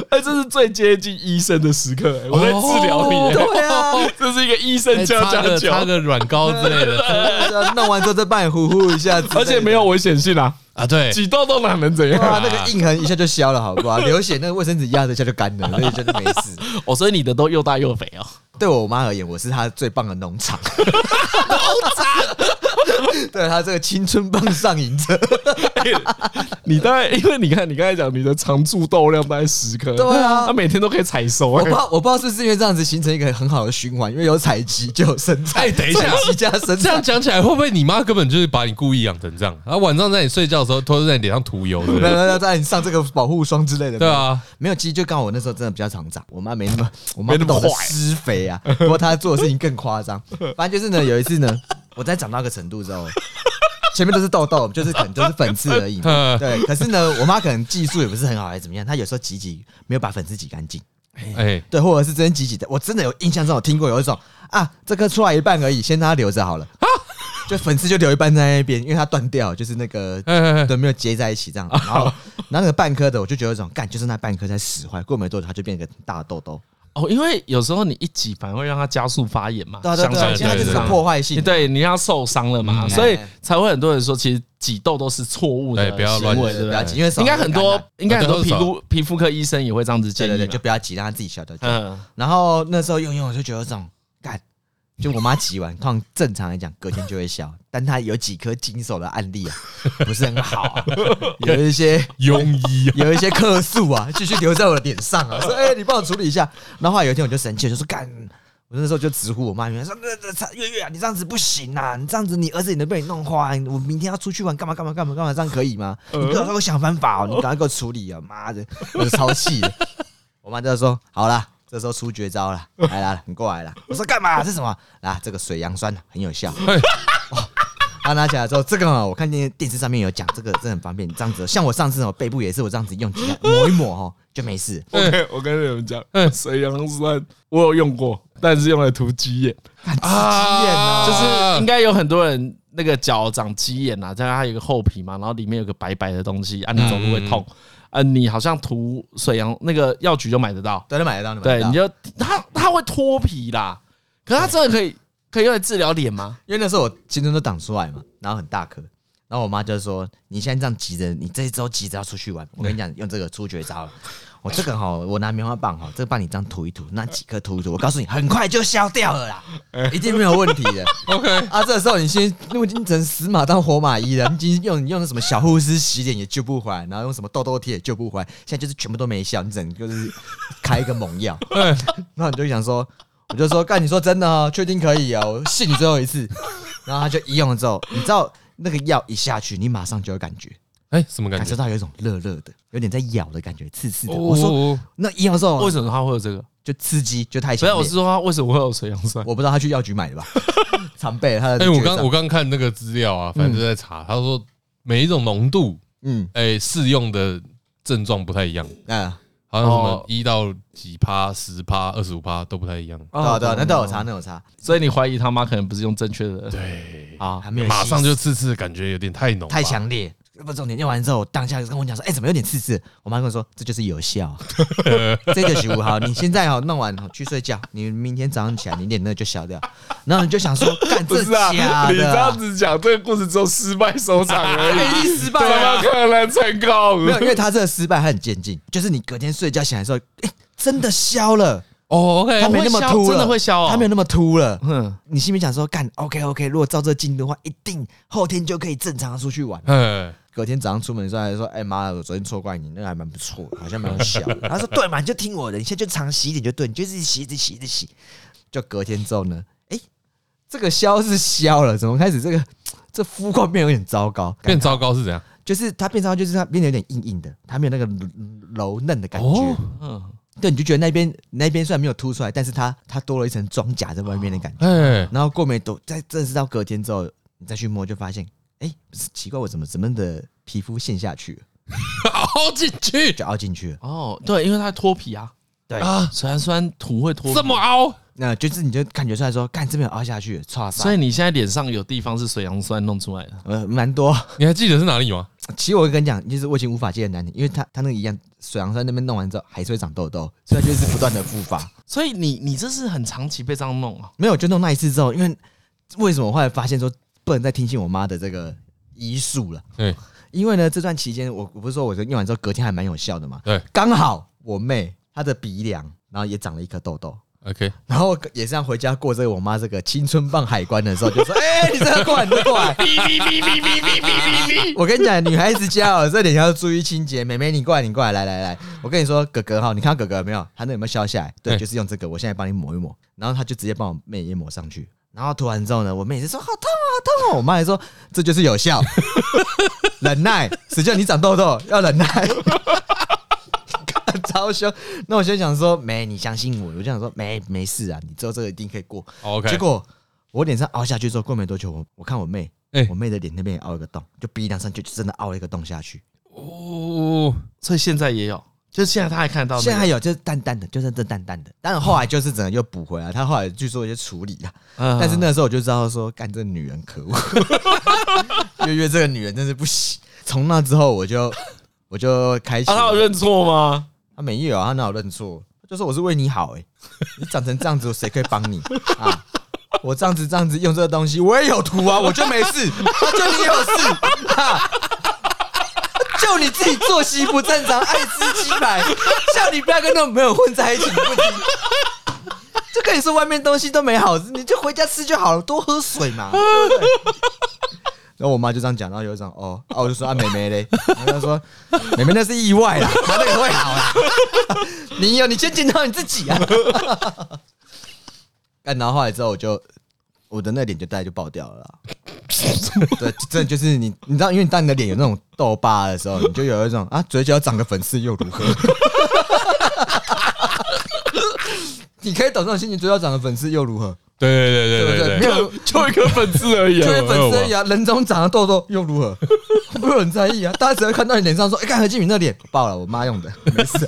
哎，这是最接近医生的时刻，哎我在治疗你，哎
对啊，
(laughs) 这是一个医生
哎
加
擦
加
个
酒，
擦个软膏之类的
呃 (laughs) 弄完之后再帮你呼呼一下之类的，
而且没有危险性啊，
(laughs) 啊，对，
挤痘痘哪能怎样？
哇，那个印痕一下就消了，好不好？流血那个卫生纸压着一下就干了，所以就是没事。
哦，所以你的都又大又肥哦，
对我妈而言，我是她最棒的农场，农场，对她这个青春棒上瘾者。
(laughs) 你大概因为你看你刚才讲你的常驻豆量大概十颗，
对啊
他每天都可以采收，
我
哎
不知道，我不知道是不是因为这样子形成一个很好的循环，因为有采集就有生产，
哎等一下
采集加生
这样
产，
讲起来，会不会你妈根本就是把你故意养成这样？然后晚上在你睡觉的时候，偷偷在你脸上涂油之类
没
(laughs)
有
的，
没有，让你上这个保护霜之类的，
对啊，
没有，其实就刚好我那时候真的比较常长，我妈没
(laughs)
那么，我妈
没那么
不懂得
坏
施肥
(laughs)
啊，不过她做的事情更夸张，反正就是呢，有一
(laughs)
次呢，我在长到一个程度之后。前面都是痘痘，就是可能都是粉刺而已嘛。
(laughs)
嗯
对，可是呢，我妈可能技术也不是很好，还是怎么样，她有时候挤挤没有把粉刺挤干净。
哎。
对，或者是 (laughs) 真挤挤的，我真的有印象中有听过有一种啊，这颗出来一半而已，先让它留着好了。就粉刺就留一半在那边，因为它断掉，就是那个
哎哎哎
对没有接在一起这 (laughs) 样。然后然后那个半颗的，我就觉得有一种干，就是那半颗在使坏，过没多久它就变成一个大痘痘。
哦，因为有时候你一挤反而会让它加速发炎嘛，
对啊对啊对啊，
想
其实它
想
就是
对
个
对
破坏性。哎
对你让它受伤了嘛，
嗯
所以才会很多人说，其实挤痘都是错误的
对不要乱
行为，
对，
对
不
不
要
对？
急，因为手
应该很多
感染，
应该很多皮
对都
肤皮肤科医生也会这样子
对
建
对
议
对，就
嘛。
不要急，让它自己晓得。
嗯，
然后那时候用一用，我就觉得这种干，就我妈挤完，通常正常来讲隔天就会消，但她有几颗经手的案例啊，不是很好、啊，有一些
庸医 (laughs) 啊，
有一些客诉啊，继续留在我的脸上啊，说哎、你帮我处理一下。然后后来有一天我就生气，我就说干。我那时候就直呼我妈，原来说那那那月月啊，你这样子不行啊！你这样子，你儿子也能被你弄花、我明天要出去玩，干嘛干嘛干嘛干嘛，这样可以吗？你不要给我想办法哦，你赶快给我处理啊！妈的，我就超气的。我妈就说：“好啦，这时候出绝招了，来啦，你过来啦。”我说：“干嘛？这是什么？啊，这个水杨酸很有效。”他拿起来之后，这个啊我看见电视上面有讲，这个这很方便，这样子。像我上次我哦背部也是我这样子用几下抹一抹哦，就没事。
我
哎
跟我跟你们讲 (laughs)
嗯，
水杨酸我有用过，但是用来涂鸡眼，
啊
就是应该有很多人那个脚长鸡眼啊，加上它有一个厚皮嘛，然后里面有个白白的东西，啊，你走路会痛，啊，你好像涂水杨那个药局就买得到，
对，能买得到，能买得
对，
到
你。就它它会脱皮啦，可是它真的可以可以用来治疗脸吗？
因为那时候我青春都长出来嘛，然后很大颗，然后我妈就说：“你现在这样急着，你这一周急着要出去玩，我跟你讲，用这个出绝招了。我这个哈，我拿棉花棒哈，这个帮你这样涂一涂，那几颗涂一涂，我告诉你，很快就消掉了啦，一定没有问题
哎
的。
(laughs) OK，
啊，这个时候你先，你已经成死马当活马医了，你已经用你用什么小护士洗脸也救不回来，然后用什么痘痘贴也救不回来，现在就是全部都没效，你只能就是开一个猛药。
哎，
(laughs) 然后你就想说，我就说，干，你说真的哦，确定可以哦，我信你最后一次。然后他就一用了之后，你知道那个药一下去，你马上就有感觉，
哎，什么感
感
觉
受？到有一种热热的，有点在咬的感觉，刺刺的。
哦
我说那一用之后
为什么它会有这个？
就刺激，就太
不
强
是，
烈。
我是说它为什么会有水杨酸？
我不知道他去药局买的吧，常备他的
哎，
绝招。
我刚我刚看那个资料啊，反正就在查，他说每一种浓度，
嗯
哎，适用的症状不太一样，
啊，
好像什么
哦
一到几趴、十趴、二十五趴都不太一样。
对啊对啊，那都有差，
哦
那有差，
所以你怀疑他妈可能不是用正确的
对，
啊？
还没有
马
细
上就刺刺，感觉有点太浓，
太。强烈。不重点，用完之后，我当下跟我讲说：“哎、怎么有点刺刺？”我妈跟我说：“这就是有效，这就是五号。你现在哦弄完哦去睡觉，你明天早上起来你脸那就消掉。”然后你就想说：“干
不
这
是啊，
假
你这
的
样
啊？
子讲这个故事只有失败收场而 (laughs) 已，
一定失败
怎
啊
么可能成功？
没有，因为他这个失败，他很渐进，就是你隔天睡觉醒来的时候，哎、真的消了，
哦，OK，
他没那么秃了，
真哎的会消哦
他没有那么秃了。”
嗯，
你心里想说：“干，OK OK，如果照这进度的话，一定后天就可以正常地出去玩。”
哎，
隔天早上出门的时候还说：“哎妈，我昨天错怪你，那个还蛮不错，好像蛮有效。”他说：“对嘛，你就听我的，你现在就常洗一点就对，你就一直洗，一直洗，一直洗。”就隔天之后呢，哎、这个消是消了，怎么开始这个这肤况变得有点糟糕？
变糟糕是怎样？
就是它变糟糕，就是它变得有点硬硬的，它没有那个柔柔嫩的感觉。
哦
嗯，
对，你就觉得那边那边虽然没有凸出来，但是它它多了一层装甲在外面的
哦
感觉。
哎，
然后过没多，在正是到隔天之后，你再去摸，就发现，哎、奇怪，我怎么怎么的皮肤陷下去了，
凹进去
就凹进去了。
哦，对，因为它脱皮啊，
对，
啊，
水杨酸涂会脱皮，
这么凹，
那就是你就感觉出来说，看这边有凹下去，唰
所以
塞，
你现在脸上有地方是水杨酸弄出来的，
呃，蛮多。
你还记得是哪里吗？
其实我跟你讲，就是我已经无法接受男人，因为他他那个一样，水杨酸那边弄完之后还是会长痘痘，所以它就是不断的复发。
所以你你这是很长期被这样弄啊？
没有，就弄那一次之后，因为为什么我后来发现说不能再听信我妈的这个医术了？
对，
因为呢，这段期间我我不是说我用完之后隔天还蛮有效的嘛，
对，
刚好我妹她的鼻梁，然后也长了一颗痘痘。
OK，
然后也是这样回家过这个我妈这个青春棒海关的时候，就说：“哎、你这个过来，你这个过来。”我跟你讲，女孩子家哦，这点要注意清洁。妹妹，你过来，你过来，来来来，我跟你说，哥哥哈，你看到哥哥有没有？他那有没有消下来？对，
对
就是用这个，我现在帮你抹一抹。然后他就直接帮我妹也抹上去。然后涂完之后呢，我妹也是说好痛啊，好痛啊！我妈还说这就是有效，忍耐，谁叫你长痘痘要忍耐。 (laughs) 超凶。那我先想说，没，你相信我，我就想说，没，没事啊，你做这个一定可以过。
好，OK，哦
结果我脸上凹下去之后，过没多久，我我看我妹，
哎
我妹的脸那边也凹了个洞，就鼻梁上就真的凹了一个洞下去。
哦，
所以现在也有，就是现在他还看得到那个，
现在还有就是淡淡的，就是这淡淡的。当然后来就是只能又补回来，他后来据说有些处理啊，
嗯
但是那时候我就知道说，干这女人可恶， (laughs) 月月这个女人真是不行。从那之后我就我就开启
啊，他有认错吗？
他没有啊，他哪有认错？他就说我是为你好哎、 (laughs) 你长成这样子，谁可以帮你啊？我这样子这样子用这个东西，我也有图啊，我就没事，他就你有事啊？就你自己作息不正常，爱吃鸡排，叫你不要跟那种朋友混在一起，你不听。就跟你说外面东西都没好吃，你就回家吃就好了，多喝水嘛。对不对然后我妈就这样讲，然后有一种哦，啊，我就说啊，妹妹嘞，然后她说妹妹那是意外啦，她那个会好啊啦。你有，你先检讨你自己啊。干，然后后来之后，我就我的那脸就大概就爆掉了啦。对，真的就是你，你知道，因为当你的脸有那种痘疤的时候，你就有一种啊，嘴角长个粉刺又如何？你可以懂这种心情，嘴角长个粉刺又如何？
对对对对
对不
对
对？
对
没有
就一个粉刺而已啊
就，为粉丝而已啊，人中长了痘痘又如何？不会有人在意啊，大家只会看到你脸上说，哎、看何敬敏那脸爆了，我妈用的，没事。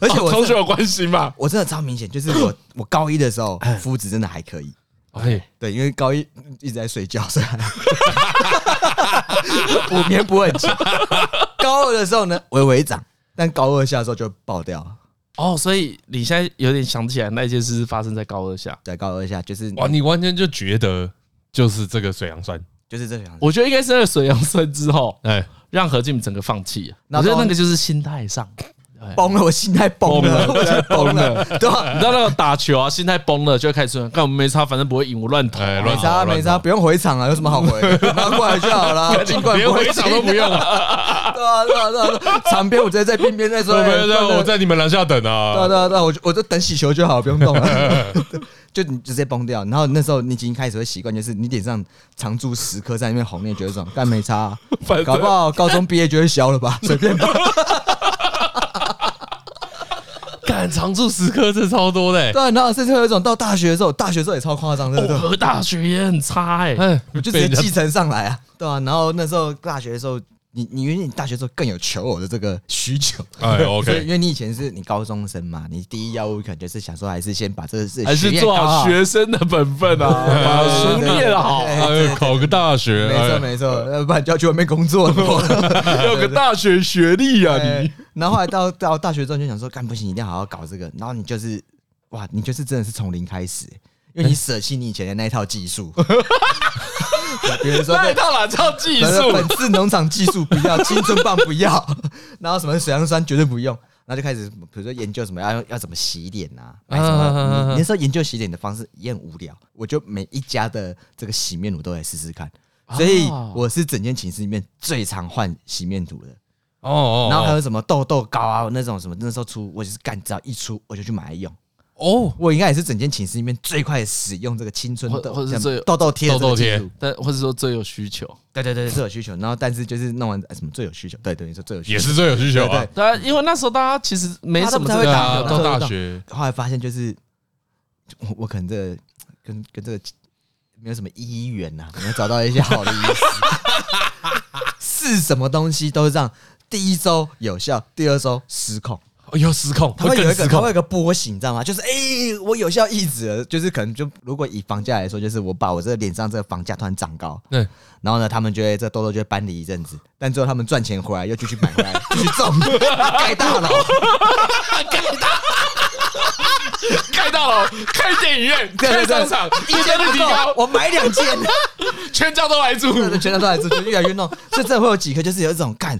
而且我
同
真
学
的
有关系嘛？
我真的超明显，就是
(coughs)
我我高一的时候
嗯
肤质真的还可以，
哎，
对，因为高一一直在睡觉，所以还 (laughs) 补眠补很强。高二的时候呢，微微长，但高二下的时候就爆掉。
哦，所以你现在有点想起来那件事是发生在高二下，
对，高二下就是
哇，你完全就觉得就是这个水杨酸，
就是这样子。
我觉得应该是那个水杨酸之后，
哎，
让何静整个放弃啊。
那
我觉得
当
那个就是心态上，
崩了，我心态崩了，我心态崩了，对吧？
你知道那个打球啊，心态崩了就会开始说，干我们没差，反正不会赢，我乱投啊。
哎
没
乱
差
跑
没
乱
差，
跑
不用回场啊，有什么
(laughs)
好回？的？拿过来就好了，尽管
连
不
回
会
场都不用了。
进 (laughs) 对啊对啊对啊对啊，场边我直接在边边在说，
对
哎
对对，我
对
在你们廊下等
啊
啊。
对啊对啊，我就我就等洗球就好，不用动了，就你直接崩掉。然后那时候你已经开始会习惯，就是你脸上常驻十颗在那边红，你也觉得爽，但没差啊，
反正
搞不好高中毕业就会消了吧，随便吧。
敢常驻时刻，这超多
哎
的欸。
对啊，然后甚至会有一种到大学的时候，大学的时候也超夸张，对不
我
对？
和大学也很差哎、
哎，
我 (laughs) 就直接继承上来啊，对啊。然后那时候大学的时候，你你因为你大学的时候更有求偶的这个需求，
哎
所以
，OK，
因为你以前是你高中生嘛，你第一要务可能就是想说，还是先把这个事
还是做好学生的本分啊，把书念好，
哎
哎呦，考个大学，
没错
哎
没错，要不然就要去外面工作了。
有个大学学历啊，
哎
你
然后后来到到大学之后就想说，干不行，一定要好好搞这个。然后你就是哇，你就是真的是从零开始，因为你舍弃你以前的那一套技术， (laughs) 比如说
那一套哪叫技
然后
术？
粉刺农场技术不要，青春棒不要， (laughs) 然后什么水杨酸绝对不用，然后就开始比如说研究什么要要怎么洗脸啊，买什
啊啊啊啊
么，你那时候研究洗脸的方式也很无聊，我就每一家的这个洗面乳都来试试看，所以
哦
我是整间寝室里面最常换洗面乳的，
哦哦，
然后还
哦
有什么痘痘膏啊那种什么，那时候出我就是干，只要一出我就去买来用。
哦，
我应该也是整间寝室里面最快使用这个青春
或
痘
或是最有
痘痘贴的这个
痘痘
技
贴
术
但或者说最有需求，
对对对，最有需求。然后但是就是弄完、哎什么最有需求，对对，你说最有需求
也是最有需求啊
对。
对啊，因为那时候大家其实没什么这
大家
个啊，
对啊，
都不太会打
到大学，
对。后来发现就是我我可能这个跟跟这个没有什么医缘呐、没有啊找到一些好的医师。
(laughs)
是什么东西都是这样，第一周有效，第二周失控。
哦
哎呦，失控，
它会有
更
一
失
个，它会
控
有一个波形，你知道吗？就是哎、我有效抑制了，就是可能就如果以房价来说，就是我把我这个脸上这个房价突然涨高，
对，
然后呢，他们就会这痘痘就会搬离一阵子，但最后他们赚钱回来又继续买回来，继续种，盖大楼，
开大楼、开电影院、
对
开
对对
商场，，
一
一
间
间
不
的提
够
高，，
我买两间，
全家都来住。
对对全家都来住，就越来越弄，所以真的会有几个就是有一种干。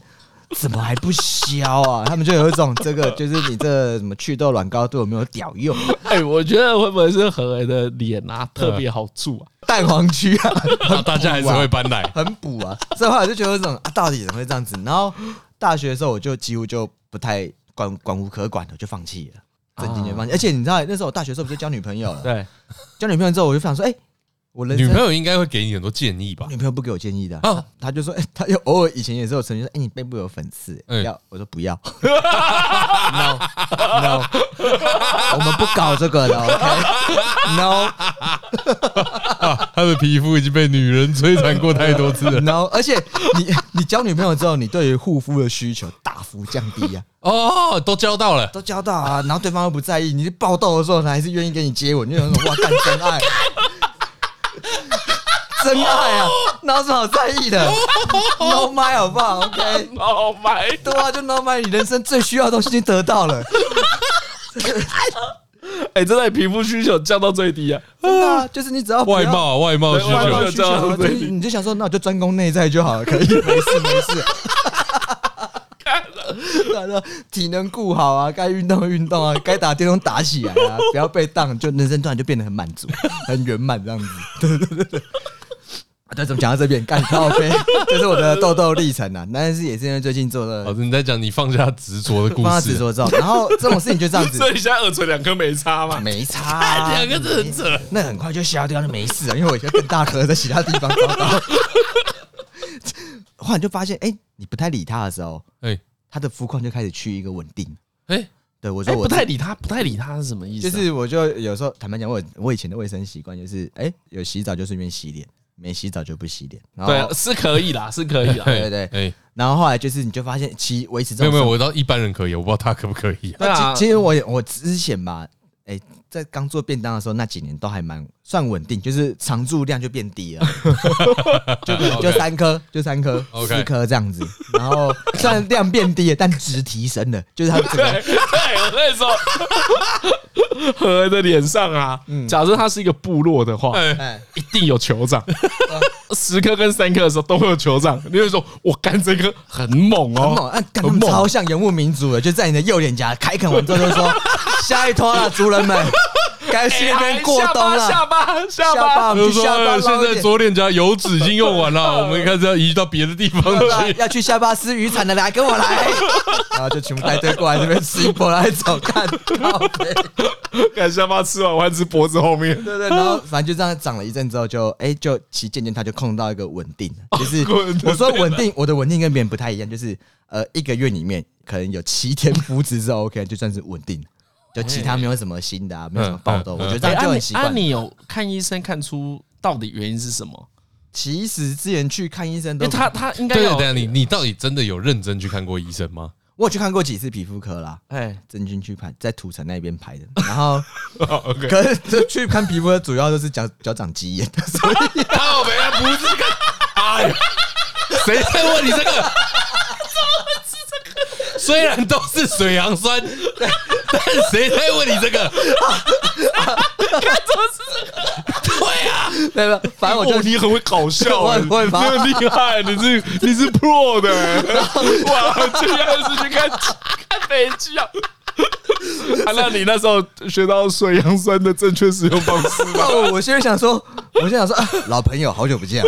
怎么还不消啊？他们就有一种这个，就是你这什么祛痘软膏对我没有屌用，
哎，我觉得会不会是何为的脸啊特别好住啊？
蛋黄区啊，
啊大家还是会搬
(laughs)
来。
很补啊。所以后来就觉得这种、啊、到底怎么会这样子？然后大学的时候，我就几乎就不太管管无可管了，就放弃了，
哦
整经就放弃。而且你知道，那时候我大学的
(laughs)
时候不是交女朋友了？
(laughs) 对，
交女朋友之后，我就想说，哎、我人
女
生
朋友应该会给你很多建
(laughs)
议吧？
女朋友不给我建议的啊、
啊
她就说，哎、她就偶尔以前也是有曾经说，哎、你背部有粉刺、
嗯
不要，我
(laughs)
说不要，no no，我们不搞这个的，OK，no、
啊， (laughs) 她的皮肤已经被女
(laughs)
人摧残过太多次了。
no，而且你你交女朋友之后，你对于护肤的需求大幅降低啊呀、
哦，都交到了，
都交到啊，然后对方又不在意，你去报道的时候，他还是愿意跟你接吻，你就想说哇，干真爱， (laughs) 真爱啊，哪有什么好在意的？No my 好不好？OK，
Oh my！
对啊，就 No my，你人生最需要的东西已经得到了，
(laughs) 哎，真的皮肤需求降到最低啊！
真的啊、就是你只要不要
(laughs) 外貌外貌需
对外
外
貌
求
貌需求，就是你就想说，那我就专攻内在就好了，可以，没事没事。
(laughs)
对啊，体能顾好啊，该运动运动啊，该打电动打起来啊，不要被当，就人生突然就变得很满足、很圆满
(laughs)
这样子。对对对对。啊，对，怎么讲到这边？干靠
(laughs)
背，这是我的痘痘历程啊。但是也是因为最近
(laughs)
做
老
哦
了
师，你在讲你放下执着的故
放下执
事，
着之后，然后这种事情就这样
(laughs) (laughs)
子
所，以现在耳垂两颗没差 (laughs) 嘛？哎
没差、啊，
(laughs)
两个字很扯。
那很快就消掉，就没事啊了，因为我以前更大颗在其他地方找到。 (laughs) 后来就发现，哎、你不太理他的时候，
哎
他的肤况就开始趋于一个稳定。
哎，
对我
哎，
说我
不太理他，不太理他是什么意思
就
啊？
是我就有时候坦白讲，我我以前的卫生习惯就是，哎、有洗澡就顺便洗脸，没洗澡就不洗脸。然后
对，啊是可以 (laughs) 啦，是可以啦。
对对
哎，
然后后来就是你就发现，其实维持这
没有没
种
有，
生
我到一般人可以，我不知道他可不可以啊。
对啊
其其实我也我之前吧，哎、在刚做便当的时候那几年都还蛮算稳定，就是常驻量就变低
(laughs)
了，就就
OK
三颗，就三颗
OK
四颗这样子。然后虽然量变低了，但值提升了，就是它这
(laughs)
个
对，我跟你说， (laughs) 何恩的脸上啊，假设他是一个部落的话，
哎，
哎，
一定有酋 (laughs) 长。十颗跟三颗的时候都会有酋长，你会说，我干这颗很猛
很
哦
猛，，啊，感觉超像游牧民族的，就在你的右脸颊开垦完之后就
(laughs)
说：“下一托了，族人们，该去那边过冬
哎
了。
下巴，下
下巴
巴，
我
就
们
是
去
说
下巴
哎
捞
现
一
在
点
左脸颊油脂已经用
(laughs)
完了，我们开始要移到别的地方
对吧
去。
要去下巴吃渔产的来跟
(laughs)
我来，然后就全部带队过来这边吃一波来找看，靠北
看下巴吃完，弯吃脖子后面。
对对，然后反正就这样长了一阵之后就，哎，就其实渐渐它就控到一个稳
(laughs)
定了，就是
哦
我说稳定，我的稳定跟别人不太一样，就是呃一个月里面可能有七天肤质是 OK，就算是稳定，就其他没有什么新的啊，没有什么爆痘，
嗯嗯
我觉得这样就很习
哎啊
惯
你。啊你有看医生看出到底原因是什么？
其实之前去看医生
因
都
为，他他应该
对对
有
对，你你到底真的有认真去看过医生吗？
我有去看过几次皮肤科啦，
哎，
真菌去拍，在土城那边拍的，然 (laughs) 后
OK
可是这去看皮肤科主要都是脚脚长鸡眼，所以
哦
靠北啊，不是个，哎呀，谁在
(laughs)
问你这个？虽然都是水杨酸，但谁在问你这个？对啊，
对吧？
(laughs)
反正我就
哦你很会搞 (laughs) 笑
我
欸，
很会
你
吗
很厉害，你是你是 pro 的欸，哇，这样是去看看美剧啊。啊，那你那时候学到水杨酸的正确使用方式吗？
哦我我现在想说，我现在想说，啊老朋友好久不见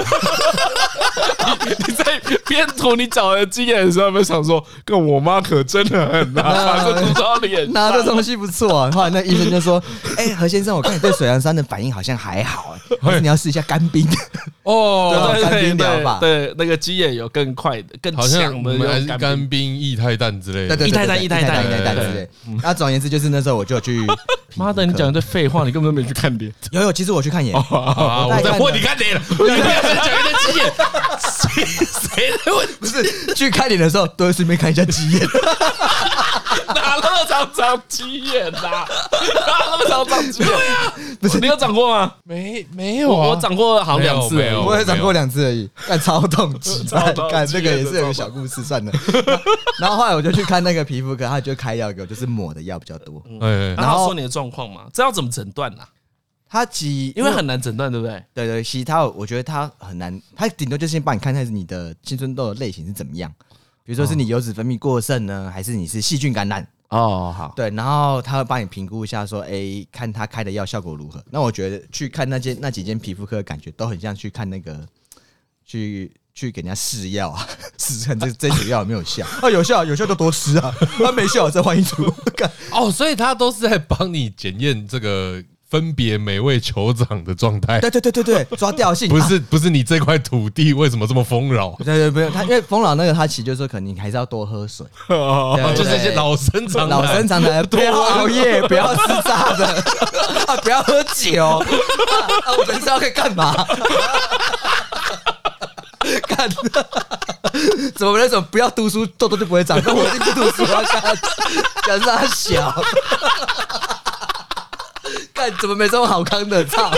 啊 (laughs) 了，
你在编图你找的经验的时候，有没有想说，跟我妈可真的很 (laughs) 难，把这涂到脸上
拿这东西不错、啊。后来那医生就说：“ (laughs) 哎、何先生，我看你对水杨酸的反应好像还 (laughs) 好、欸，还是你要试一下干冰。
哦，
对
干
对
冰疗
对
吧
对，那个鸡眼有更快的、更
好像
强
我
的
们还
用
是
干
干冰、液态氮之”类
(laughs) 对
的。
对对，
一代
对
代
对
一代
一代
代
一代
对
之类。那总而言之，就是那时候我就去，
妈的，你讲一堆废话，你根本都没去看脸。
有有，其实我去看 (laughs) 眼，
啊！我在问你看脸了，你
(laughs)
不要再讲一堆鸡眼，谁谁在问？
不是去看脸的时候，都会顺便看一下鸡眼。
哪那么长长鸡眼呐、啊？哪那么长长鸡眼？
啊
不是你有长过吗？
没没有
我我长过好像两次、
没有没有
我也长过两次而已，干超
(laughs)
痛极
哦超
干
痛
干
极
这个也
真
是
的
有个
超
小故事，算了。然后后来我就去看那个皮肤科，他就开药给我，就是抹的药比较多。
哎，
然
然
后
后
说你的状况嘛，这要怎么诊断呐？
他其
嗯因为很难诊断，对不对？
对对，其实他我觉得他很难，他顶多就是先帮你看看你的青春痘的类型是怎么样，比如说是你油脂分泌过剩呢，还是你是细菌感染？
哦，好，
对，然后他会帮你评估一下说，哎，看他开的药效果如何。那我觉得去看那间那几间皮肤科，感觉都很像去看那个去。去给人家试药啊，试看这这组药有没有效啊？有效，有效就多吃啊，啊没效再换一组。干
(laughs) 哦，所以他都是在帮你检验这个分别每位酋长的状态，
对对对对对，抓调性
不
啊
是不是你这块土地为什么这么丰饶？
对对，不用他，因为风老那个他其实就说，可能你还是要多喝水， (laughs) 对
哦，
对
就是一些老生常
(laughs) 老生
谈。
常谈，不要熬夜，不要吃炸的，啊，不要喝酒，啊，啊我人生要可以干嘛？干，怎么那种不要读书，痘痘就不会长？那我一直读书啊，干，干啥小？干，怎么没这种好康的？操！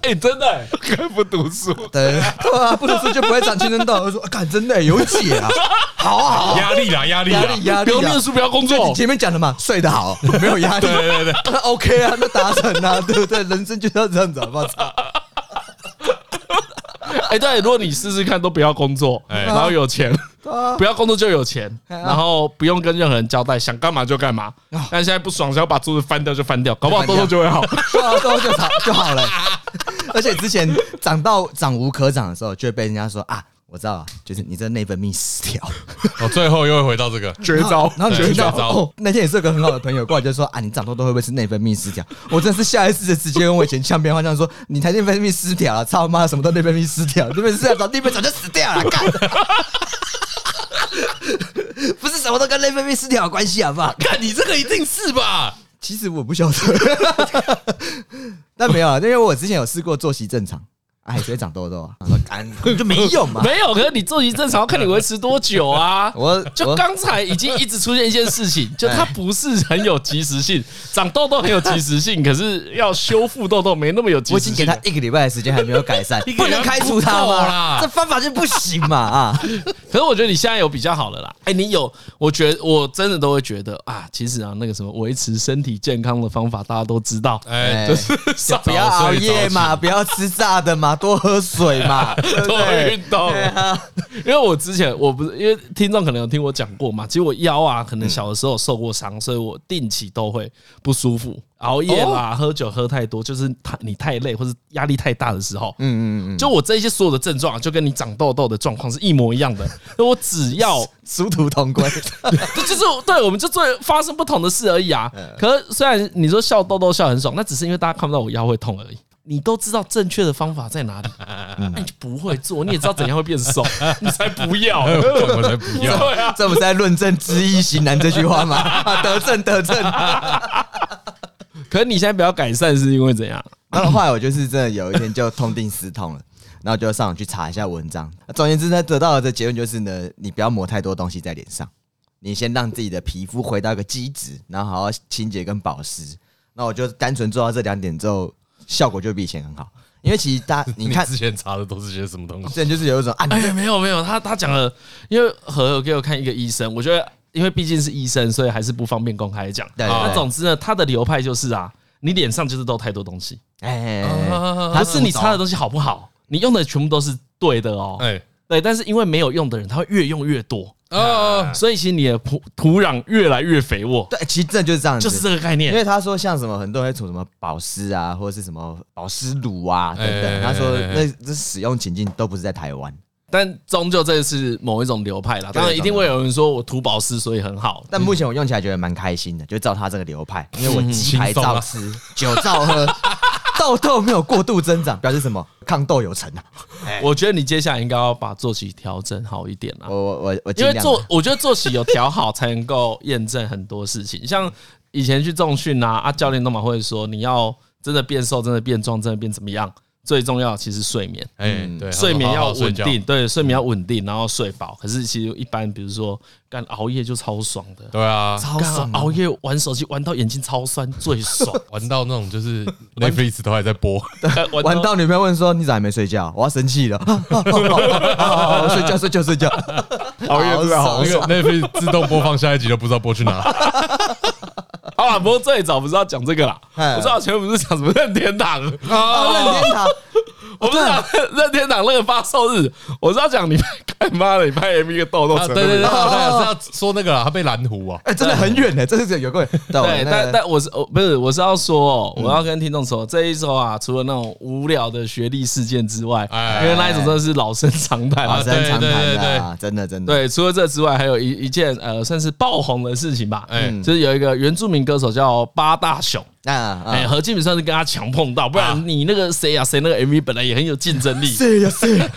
哎，真的欸，
看不读书，
对对啊，不读书就不会长青春痘。我说，啊干，真的欸有解啊！好啊好啊，
哦压力啦，压力
压
啦，
力压
不
力
要
啊
念！书，不要工
就
作
你，前面讲的嘛，睡得
(laughs)
好，没有压力，
对对对，
那 (laughs) OK 啊，那达成啊， (laughs) 对不对？人生就要这样子，好不好？操
哎，对，如果你试试看，都不要工作，
哎
然后有钱，
对啊
不要工作就有钱，
哎啊哦
然后不用跟任何人交代，想干嘛就干嘛。但现在不爽，想要把桌子翻掉就翻掉，搞不好痘痘就会好。
对啊，对啊就好就好了。 (laughs) 而且之前长到长无可长的时候，就会被人家说啊，我知道啊，就是你这内分泌失调。
我哦最后又会回到这个，
绝招，
然后你
对
听到
绝招
哦，那天也是有个很好的朋友过来就说啊，你长痘痘会不会是内分泌失调？我真的是下意识的直接用我以前呛别人话这样说，你才内分泌失调了，啊操妈什么都内分泌失调，内分泌失调，内啊分泌早就死掉了，干。 (laughs) 不是什么都跟内分泌失调有关系，好不好？
看你这个一定是吧？
其实我不晓得， (laughs) 但没有啊，因为我之前有试过作息正常，啊，还是会长痘痘啊，我说干就没用嘛。？
(laughs) 没有，可是你作息正常，看你维持多久啊 (laughs)
我
就
我
刚才已经一直出现一件事情， (laughs) 就它不是很有及时性，长痘痘很有及时性，可是要修复痘痘没那么有及
我已
时
经给
性
他
了。
一个礼拜的时间还没有改善
(laughs) 一，个
不
礼拜
能开除他
不够
吗
啦？
这方法就不行嘛啊！
可是我觉得你现在有比较好了啦。哎，你有，我觉得我真的都会觉得啊，其实啊，那个什么维持身体健康的方法大家都知 (laughs) 道，
哎，
就
早
不要熬夜
睡早
嘛，不要吃炸的嘛，多喝水
(laughs)
嘛，对不
多
对
运？动。
对啊，
(laughs) 因为我之前我不是因为听众可能有听我讲过嘛，其实我腰啊，可能
嗯
小的时候受过伤，所以我定期都会不舒服，熬夜
哦
啦、喝酒喝太多，就是太你太累或者压力太大的时候，
嗯嗯嗯，
就我这些所有的症状啊，就跟你长痘痘的状况是一模一样
(laughs)
的。那我只要
(laughs) 殊途同归。 (laughs)
这就是对，我们就做发生不同的事而已啊。可是虽然你说笑痘痘笑很爽，那只是因为大家看不到我腰会痛而已。你都知道正确的方法在哪
(laughs)
里，
嗯
那你就不会做，你也知道怎样会变瘦，你才不
(laughs)
要。 (laughs)
起我才不要。
对啊，
这不是在论证“知易行难”这句话吗？啊得正得正。
可是你现在不要改善，是因为怎样？
然后后来我就是真的有一天就痛定思痛了，然后就上网去查一下文章。总而言之呢，得到的结论就是呢，你不要抹太多东西在脸上，你先让自己的皮肤回到一个基质，然后好好清洁跟保湿。那我就单纯做到这两点之后，效果就比以前很好。因为其实
(laughs)
大你
你
看，
之前查的都是些什么东西？
这就是有一种啊，
哎，没有没有，他他讲了，因为和有给我看一个医生，我觉得因为毕竟是医生，所以还是不方便公开讲。啊
对
那
对
总之呢，他的流派就是啊，你脸上就是都太多东西，
哎，
哦
不是你擦的东西好不好，你用的全部都是对的哦。
哎，
对，但是因为没有用的人，他会越用越多，
哦，
所以其实你的土土壤越来越肥沃，
对，其实真的就是这样子，
就是这个概
因
念。
为他说像什么很多人会涂什么保湿啊，或者是什么保湿乳啊等
哎哎哎
等，他说
哎哎
那这使用情境都不是在台湾，
但终究这是某一种流派啦，当然一定会有人说我涂保湿所以很好，
但目前我用起来觉得蛮开心的，就照他这个流派，因为我鸡
轻
排
松啊
照吃，酒照喝，痘痘没有过度增长，表示什么？抗痘有成啊！
我觉得你接下来应该要把作息调整好一点啦
我，我我我
因
尽
为
量啊
作我觉得作息有调好，才能够验证很多事情。像以前去重训啊，啊教练都蛮会说，你要真的变瘦，真的变壮，真的变怎么样，最重要的其实睡眠，
哎，
嗯
对，
睡眠
好
要
好睡
稳
觉
定，，对，睡眠要稳定，然后睡饱。可是其实一般，比如说干熬夜就超爽的。
对啊，
超
干
爽啊
熬夜玩手机玩到眼睛超酸最
(laughs)
爽，呃
玩到那种就是 Netflix 都还在播，
干
玩到女朋友问说：“你咋还没睡觉？”我要生气了！啊啊啊啊啊啊睡觉睡觉睡觉，
(laughs)
熬夜真的好
那个 Netflix 自动播放下一集都不知道播去哪。
好啦，不过最早不是要讲这个啦，
哎
我最早前面不是讲什么任天堂
啊任天堂
我不是讲
啊
(laughs) 任天堂那个发售日，我是要讲你干妈的，你拍 MV 的痘痘
啊
成
对
那
对
个
对，
样
对是要说那个啦，他被蓝湖啊，
哎，真的很远呢，真的是有个对
对，但
那个嗯
但我是哦，不是，我是要说哦，我要跟听众说，这一周啊，除了那种无聊的学历事件之外，
哎
因为那一种真的是老生常谈
老
啊
啊。
生常谈
对对
的
对
啊，真的真的，
对，除了这之外，还有一一件呃，算是爆红的事情吧。哎
哎，
就是有一个原住民歌手叫八大熊，
那啊
哎，何敬敏算是跟他强碰到，不然你那个谁呀谁那个 MV 本来也很有竞争力，
是呀是呀，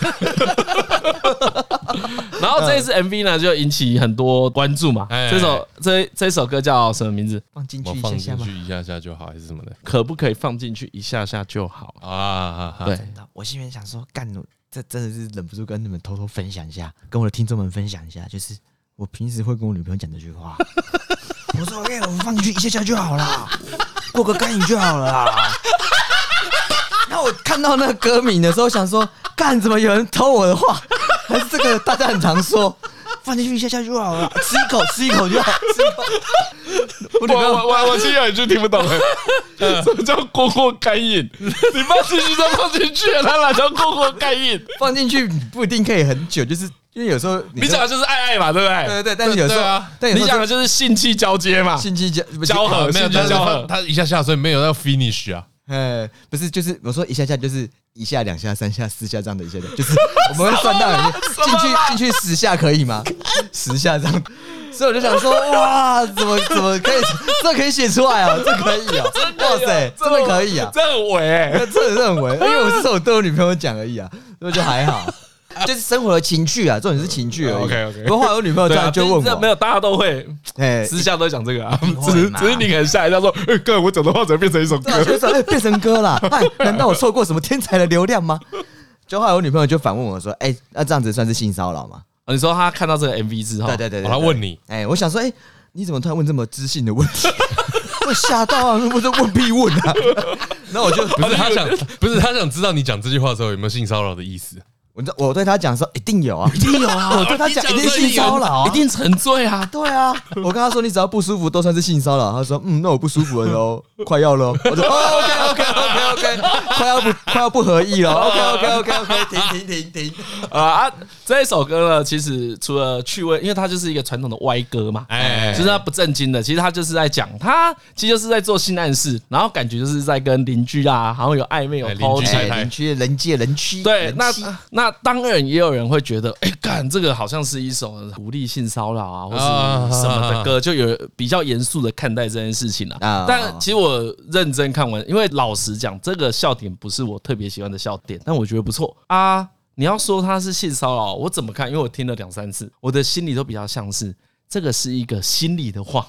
然后
嗯
这一次 MV 呢，就引起很多关注嘛。
哎
这首这这首歌叫什么名字？
放进去
我
一
放
下
进
下吧
去。一下下就好，还是什么的
可不可以放进去一下下就好？
啊？啊，啊
对
啊，
我心里面想说，干，这真的是忍不住跟你们偷偷分享一下，跟我的听众们分享一下，就是我平时会跟我女朋友讲这句话，我说：“哎、我们放进去一下下就好啦，过个干瘾就好了啦。”那我看到那个歌名的时候，想说：“干，怎么有人偷我的话？还是这个大家很常说，放进去一下下就好了，吃一口吃一口就好，吃一口。”我女
我
朋友
我我我现在已经听不懂了，什 (laughs) 么叫过过干瘾？ (laughs) 你放进去再放进去，他哪叫过过干瘾？
放进去不一定可以很久，就是因为有时候
(laughs) 你讲的就是爱爱嘛，对不对？
对对对，但是有时
对
候
啊，
但有时
你
候
讲的就是性器交接嘛，
信息交
交合
没有，
性器
但是
交
他
合。
他一下下，所以没有要 finish 啊。
呃，不是，就是我说一下下就是一下、两下、三下、四下这样的一下下，就是我们会算到里面进去进去十下可以吗？十下这样，所以我就想说，哇，怎么怎么可以，这可以写出来啊，这可以啊，哇塞，真的可以啊，
哎这很伪欸，
这认为，因为我是我对我女朋友讲而已啊，所以就还好。就是生活的情趣啊，重点是情趣而已。
OK，OK
不过后来我女朋友突
对啊，
然就问
这
我，
没有，大家都会
哎，
私下都讲这个啊， (laughs) 只
会
是
嘛
只是你可能吓一跳说，哎，哥，我讲的话怎么变成一首歌
对？啊，就是 (laughs) 说哎变成歌啦。哎，难道我错过什么天才的流量吗？就后来我女朋友就反问我说：“哎、那这样子算是性骚扰吗
哦你说他看到这个 MV 之？”后，
对对对
我
对
来问你，
哎、哦我想说，哎、你怎么突然问这么知性的问题？ (laughs) 我吓到啊！我说问必问啊！然后我就
不是他想，不是他想知道你讲这句话的时候有没有性骚扰的意思。
我就我对他讲说，一定有啊，一定有啊！ (laughs) 我对他讲一定性骚扰啊，
一定沉醉啊！
对啊！我跟他说你只要不舒服都算是性骚扰，他说嗯，那我不舒服了哦，快要喽。我说哦，OK OK OK OK，快要不快要不合意了，OK OK OK OK，停停停停。
呃啊，这一首歌呢，其实除了趣味，因为它就是一个传统的歪歌嘛，
哎，
就是它啊不正经的，其实它就是在讲，它其实就是在做性暗示，然后感觉就是在跟邻居啊，好像有暧昧有
哎邻
偷
居
情。
太
哎，
太
人区人界人区，
对，
人
那
妻
那当然也有人会觉得，哎、干这个好像是一首鼓励性骚扰啊，或
啊
是什么的歌，就有比较严肃的看待这件事情啊
啊。
但其实我认真看完，因为老实讲，这个笑点不是我特别喜欢的笑点，但我觉得不错啊。你要说它是性骚扰，我怎么看？因为我听了两三次，我的心里都比较像是这个是一个心里的话。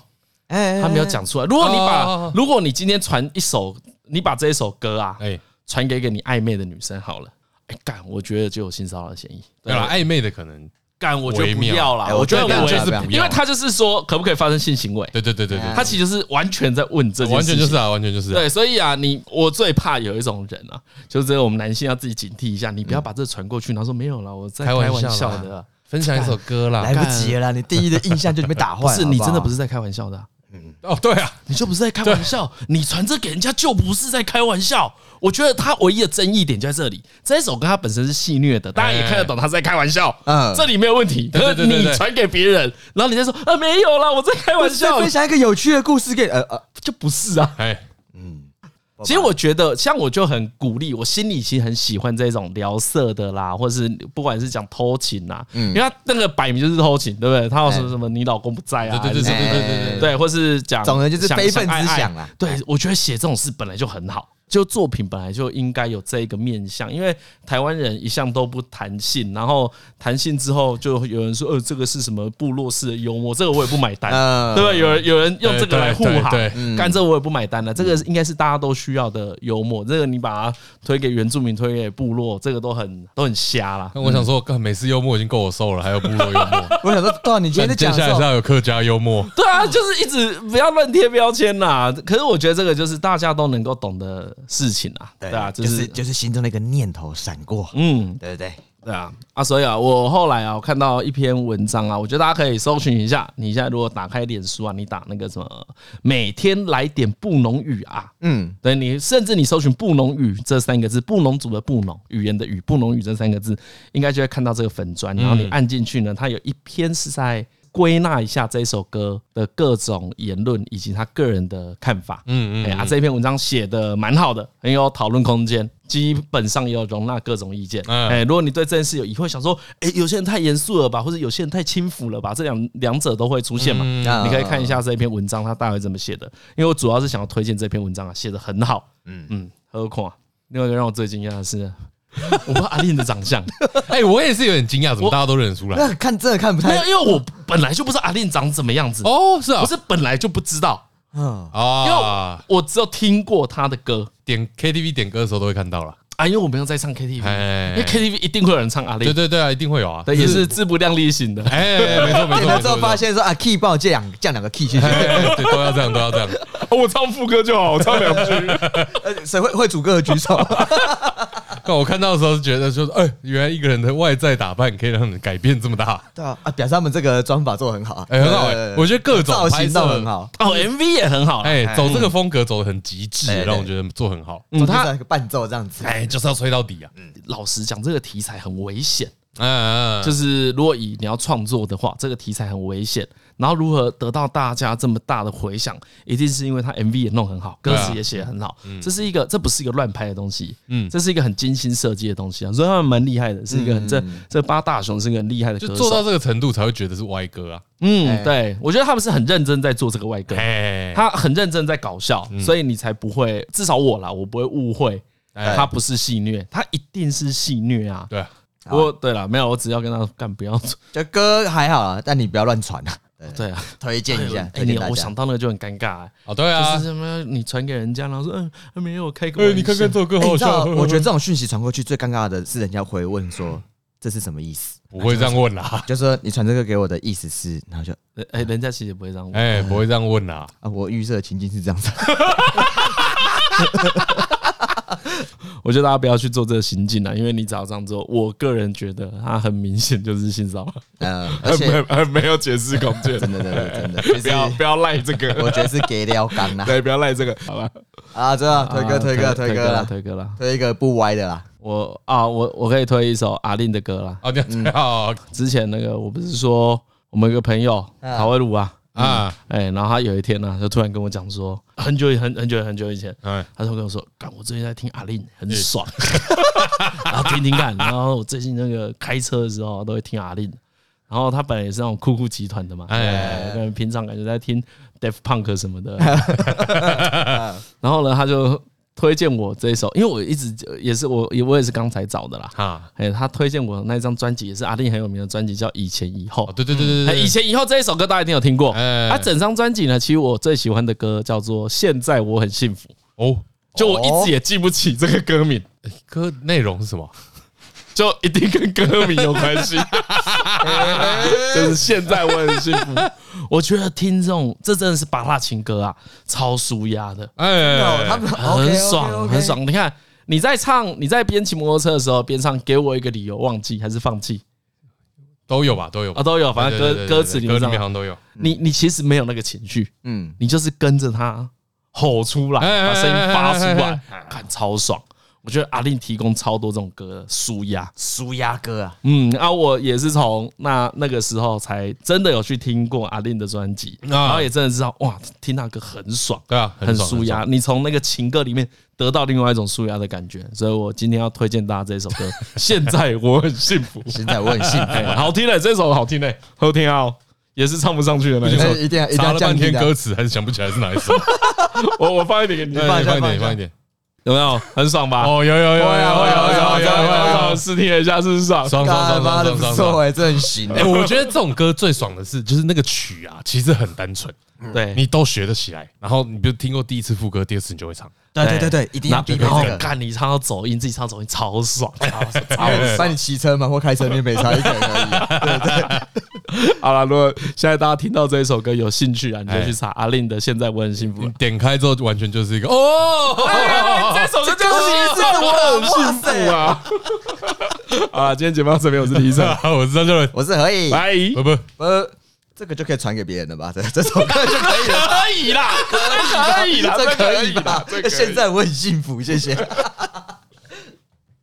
哎
他没有，讲出来。如果你把
哦，
如果你今天传一首，你把这一首歌啊，
哎，
传给给你暧昧的女生好了。哎，干，我觉得就有性骚扰的嫌疑。
对了，暧昧的可能，
干，我觉得不
微妙
要啦，
哎
我觉得
我觉得
我
这
就
样
是
不要
因为他就是说，可不可以发生性行为？
对对对对对，
他其实就是完全在问这件
完
事
全
情
就是啊，完全就是啊。
对，所以啊，你我最怕有一种人啊，就是这个我们男性要自己警惕一下，你不要把这传过去，然后说没有了，我在
嗯开
开
玩
玩
笑啦
笑的啊，
分享一首歌啦
来。不及了，你第一的印象就被打坏
(laughs) 不
了。
是你真的不
是 (laughs)
是在开玩笑的啊。
哦，对啊，
你就不是在开玩笑，你传这给人家就不是在开玩笑。我觉得他唯一的争议点就在这里，这首歌它本身是戏虐的，大家也看得懂他是在开玩笑，
嗯
这里没有问题。可
对对
是
对对
你
对
传给别人，然后你再说啊没有啦，我在开玩笑，(laughs)
(laughs) 分享一个有趣的故事给呃呃，
就不是啊。
(laughs) 哎，
其实我觉得，像我就很鼓励，我心里其实很喜欢这种聊色的啦，或者是不管是讲偷情啦，因为他那个摆明就是偷情，对不对？他有什么什么你老公不在啊，
对对对对
还是
对对对对，
对，或是讲，
总而言之
想
非分之
爱
想啊
对，我觉得写这种事本来就很好，就作品本来就应该有这一个面向，因为台湾人一向都不谈性，然后谈性之后就有人说，呃，这个是什么部落式的幽默，这个我也不买单，
嗯
对吧？有人有人用这个来护航
对对对，
干这我也不买单了，这个应该是大家都需要的幽默，这个你把它推给原住民，推给部落，这个都很都很瞎啦。
那我想说，干美式幽默已经够我受了，还有部落幽默。
我想说，对啊， (laughs) 你今天在
接
讲
下来
的时
(laughs)
是
候，
要有客家幽默，
对啊，就是一直不要乱贴标签啦。可是我觉得这个就是大家都能够懂的事情啊，对啊，就
就是是就是心中的一个念头闪过，
嗯，
对对
对啊，啊，所以啊，我后来啊，我看到一篇文章啊，我觉得大家可以搜寻一下。你现在如果打开脸书啊，你打那个什么，每天来点布农语啊，
嗯，
对你，甚至你搜寻“布农语”这三个字，“布农族”的“布农”语言的“语”，“布农语”这三个字，应该就会看到这个粉砖。然后你按进去呢，它有一篇是在归纳一下这一首歌的各种言论以及他个人的看法。嗯嗯，哎啊，这篇文章写的蛮好的，很有讨论空间，基本上也有容纳各种意见。
嗯
哎，如果你对这件事有疑惑，想说，哎，有些人太严肃了吧，或者有些人太轻浮了吧，这两两者都会出现嘛。
啊
你可以看一下这篇文章，它大概怎么写的。因为我主要是想要推荐这篇文章啊，写的很好。嗯嗯，何况啊另外一个让我最惊讶的是，我不知道阿令的长相，
哎，我也是有点惊讶，怎么大家都认得出来？
那看真的看不
没有，
太，
因为我本来就不知道阿令长怎么样子，
哦，是啊
我，是本来就不知道，
嗯，
因为
啊，
我只有听过他的歌
点 KTV 点歌的时候都会看到啦。
啊，啊，因为我没有在唱 KTV，
哎
因为 KTV 一定会有人唱阿
对
令，
对对啊，一定会有啊。
对，也是自不量力型的。
哎，没错没
点 (laughs)
错
了
没
之后
错，
发现说啊，key 帮我借两降两个 key，谢
没
谢。
错 (laughs) 哎对都要这样，都要这样。
我唱副歌就好，我唱两句。
(laughs) 呃谁会会主歌的举
(laughs)
手？
但我看到的时候是觉得说，哎，原来一个人的外在打扮可以让你改变这么大，
对啊，啊，表示他们这个妆法做的很好啊，
哎，很好哎
对
欸
对，对
我觉得各种
造
拍
型
摄
都很，好，
哦，MV 也很好啦，
哎，走这个风格走的很极
哎
致，
对
让我觉得做很好。
嗯，
他
他
那个伴奏这样子，
哎，就是要吹到底啊！
老实讲，这个题材很危险。
嗯，
就是是如果以你要创作的话，这个题材很危险，然后如何得到大家这么大的回响，一定是因为他 MV 也弄很好，歌
对啊
词也写得很好，这是一个这不是一个乱拍的东西，
嗯
这是一个很精心设计的东西啊，所以他们蛮厉害的，是一个很这这八大雄是一个很厉害的
嗯就
歌
做到
手，
这个程度才会觉得是歪歌啊。
嗯，
哎
对我觉得他们是很认真在做这个外歌，
哎，嗯
他很认真在搞笑，所以你才不会，至少我啦，我不会误会。
哎
他不是戏虐，他一定是戏虐啊！
对啊，
不过对了，没有，我只要跟他干，不要
就歌还好啊，但你不要乱传啊， (laughs)
哎
对
对啊。
推荐一下，
哎
推
你
荐大
我
家
想。到那个就很尴尬、
哦对啊
就，是什么你传给人家，然后说嗯没有我开个
哎，
玩笑，
你看看这首歌
哎
好
你
(laughs)
知道，
笑，
我觉得这种讯息传过去最尴尬的是人家回问说这是什么意思，
不会这样问啦。
就说你传这个给我的意思是，然后就
呃哎、人家其实不会让我，
哎，不会这样问啦。
啊，我预设的情境是这样子，
我觉得大家不要去做这个行径啊，因为你只要这样做，我个人觉得他很明显就是性骚扰，
呃，而且
很很 (laughs) 没有解释空间，
(laughs) 真的真的真的，就是 (laughs)
要赖这
我
个，
觉得是给撩刚啦，
(laughs) 对，不要赖这个，好吧？
啊，知道 (laughs) 推歌
啊
推歌推歌啦，
推歌啦，
推一个不歪的啦，
我啊我我可以推一首阿令的歌啦，
哦，你要好
之前那个我不是说我们有个朋友
啊
陶威鲁啊，
啊，
哎，然后他有一天呢、就突然跟我讲说，很久以很很久很久以前，
哎，
他就跟我说：“干，我最近在听阿令，很爽。 (laughs) 然后听听看，然后我最近那个开车的时候都会听阿令。然后他本来也是那种酷酷集团的嘛，
哎
哎，可能平常感觉在听 Def Punk 什
(laughs)
么的。 (laughs) 然后呢，他就推荐我这一首，因为我一直也是我也我也是刚才找的啦。
哈，
哎，他推荐我那张专辑也是阿令很有名的专辑，叫《以前以后
哦，》。对对对对
哎，
对，
以前以后这一首歌大家一定有听过。
哎
他整张专辑呢，其实我最喜欢的歌叫做《现在我很幸福》。
哦，
就我一直也记不起这个歌名，
歌内容是什么？
就一定跟歌名有关系。 (laughs) 就是现在我很幸福，我觉得听这种这真的是八大情歌啊，超舒压的，
哎，
哦他们
很爽很，爽。你看你在唱，你在边骑摩托车的时候边唱，给我一个理由忘记还是放弃
都有吧，都有
啊，都有，反正歌歌词里
歌
面
里
这
面
样，
好像都有。
你你其实没有那个情绪，
嗯，
你就是跟着他吼出来，
哎哎
把声音发出
哎
来，看超爽。我觉得阿令提供超多这种歌的舒压。
舒压歌啊，
嗯，啊，我也是从那那个时候才真的有去听过阿令的专辑，然后也真的知道哇，听那个很爽，
对啊很
很
爽
舒压。
很
你从那个情歌里面得到另外一种舒压的感觉，所以我今天要推荐大家这首歌。现在我很幸福，
现在我很幸福，
(laughs) 哎，好听嘞，这首好听嘞，好听啊、哦，也是唱不上去的那一
哎
首。
一定要一定
查
要
了
降
半
低
天
的
歌词还是想不起来是哪一首，
我我放一点给你，
放一点，放一点。
有没有很爽吧？
哦，有有有有
有
有有有
有
有
有，，试听了一下，是不是爽？
爽爽
干
爽
妈的
爽
不
爽
错
爽。
哎，这很
(laughs)
行
哎，
哎，
我觉得这种歌最爽的是，就是那个曲啊，其实很单纯，
对，
你都学得起来。然后你就听过第一次副歌，第二次你就会唱。
对对对对，一定要
然
避
后
开
然后
这个。
干你唱到走音，自己唱走音超爽，超爽。
(laughs) 啊帮你骑车嘛，或开车，你也没差一个人 (laughs) 而已啊。
(laughs) 好了，如果现在大家听到这一首歌有兴趣啊，你就去查阿令的《现在我很幸福
你》。点开之后，完全就是一个 (laughs) 哦，
哎 (laughs) 这首歌就
这个我很幸福啊！
(laughs) 啊！啊，今天节目到这边，我是李医生，
我知道就是
我是何以，
拜。
不不，
呃，这个就可以传给别人了吧？这这首歌就可以了，
可以啦，可以啦， (laughs)
这可以
啦
吧？现在我很幸福，谢谢。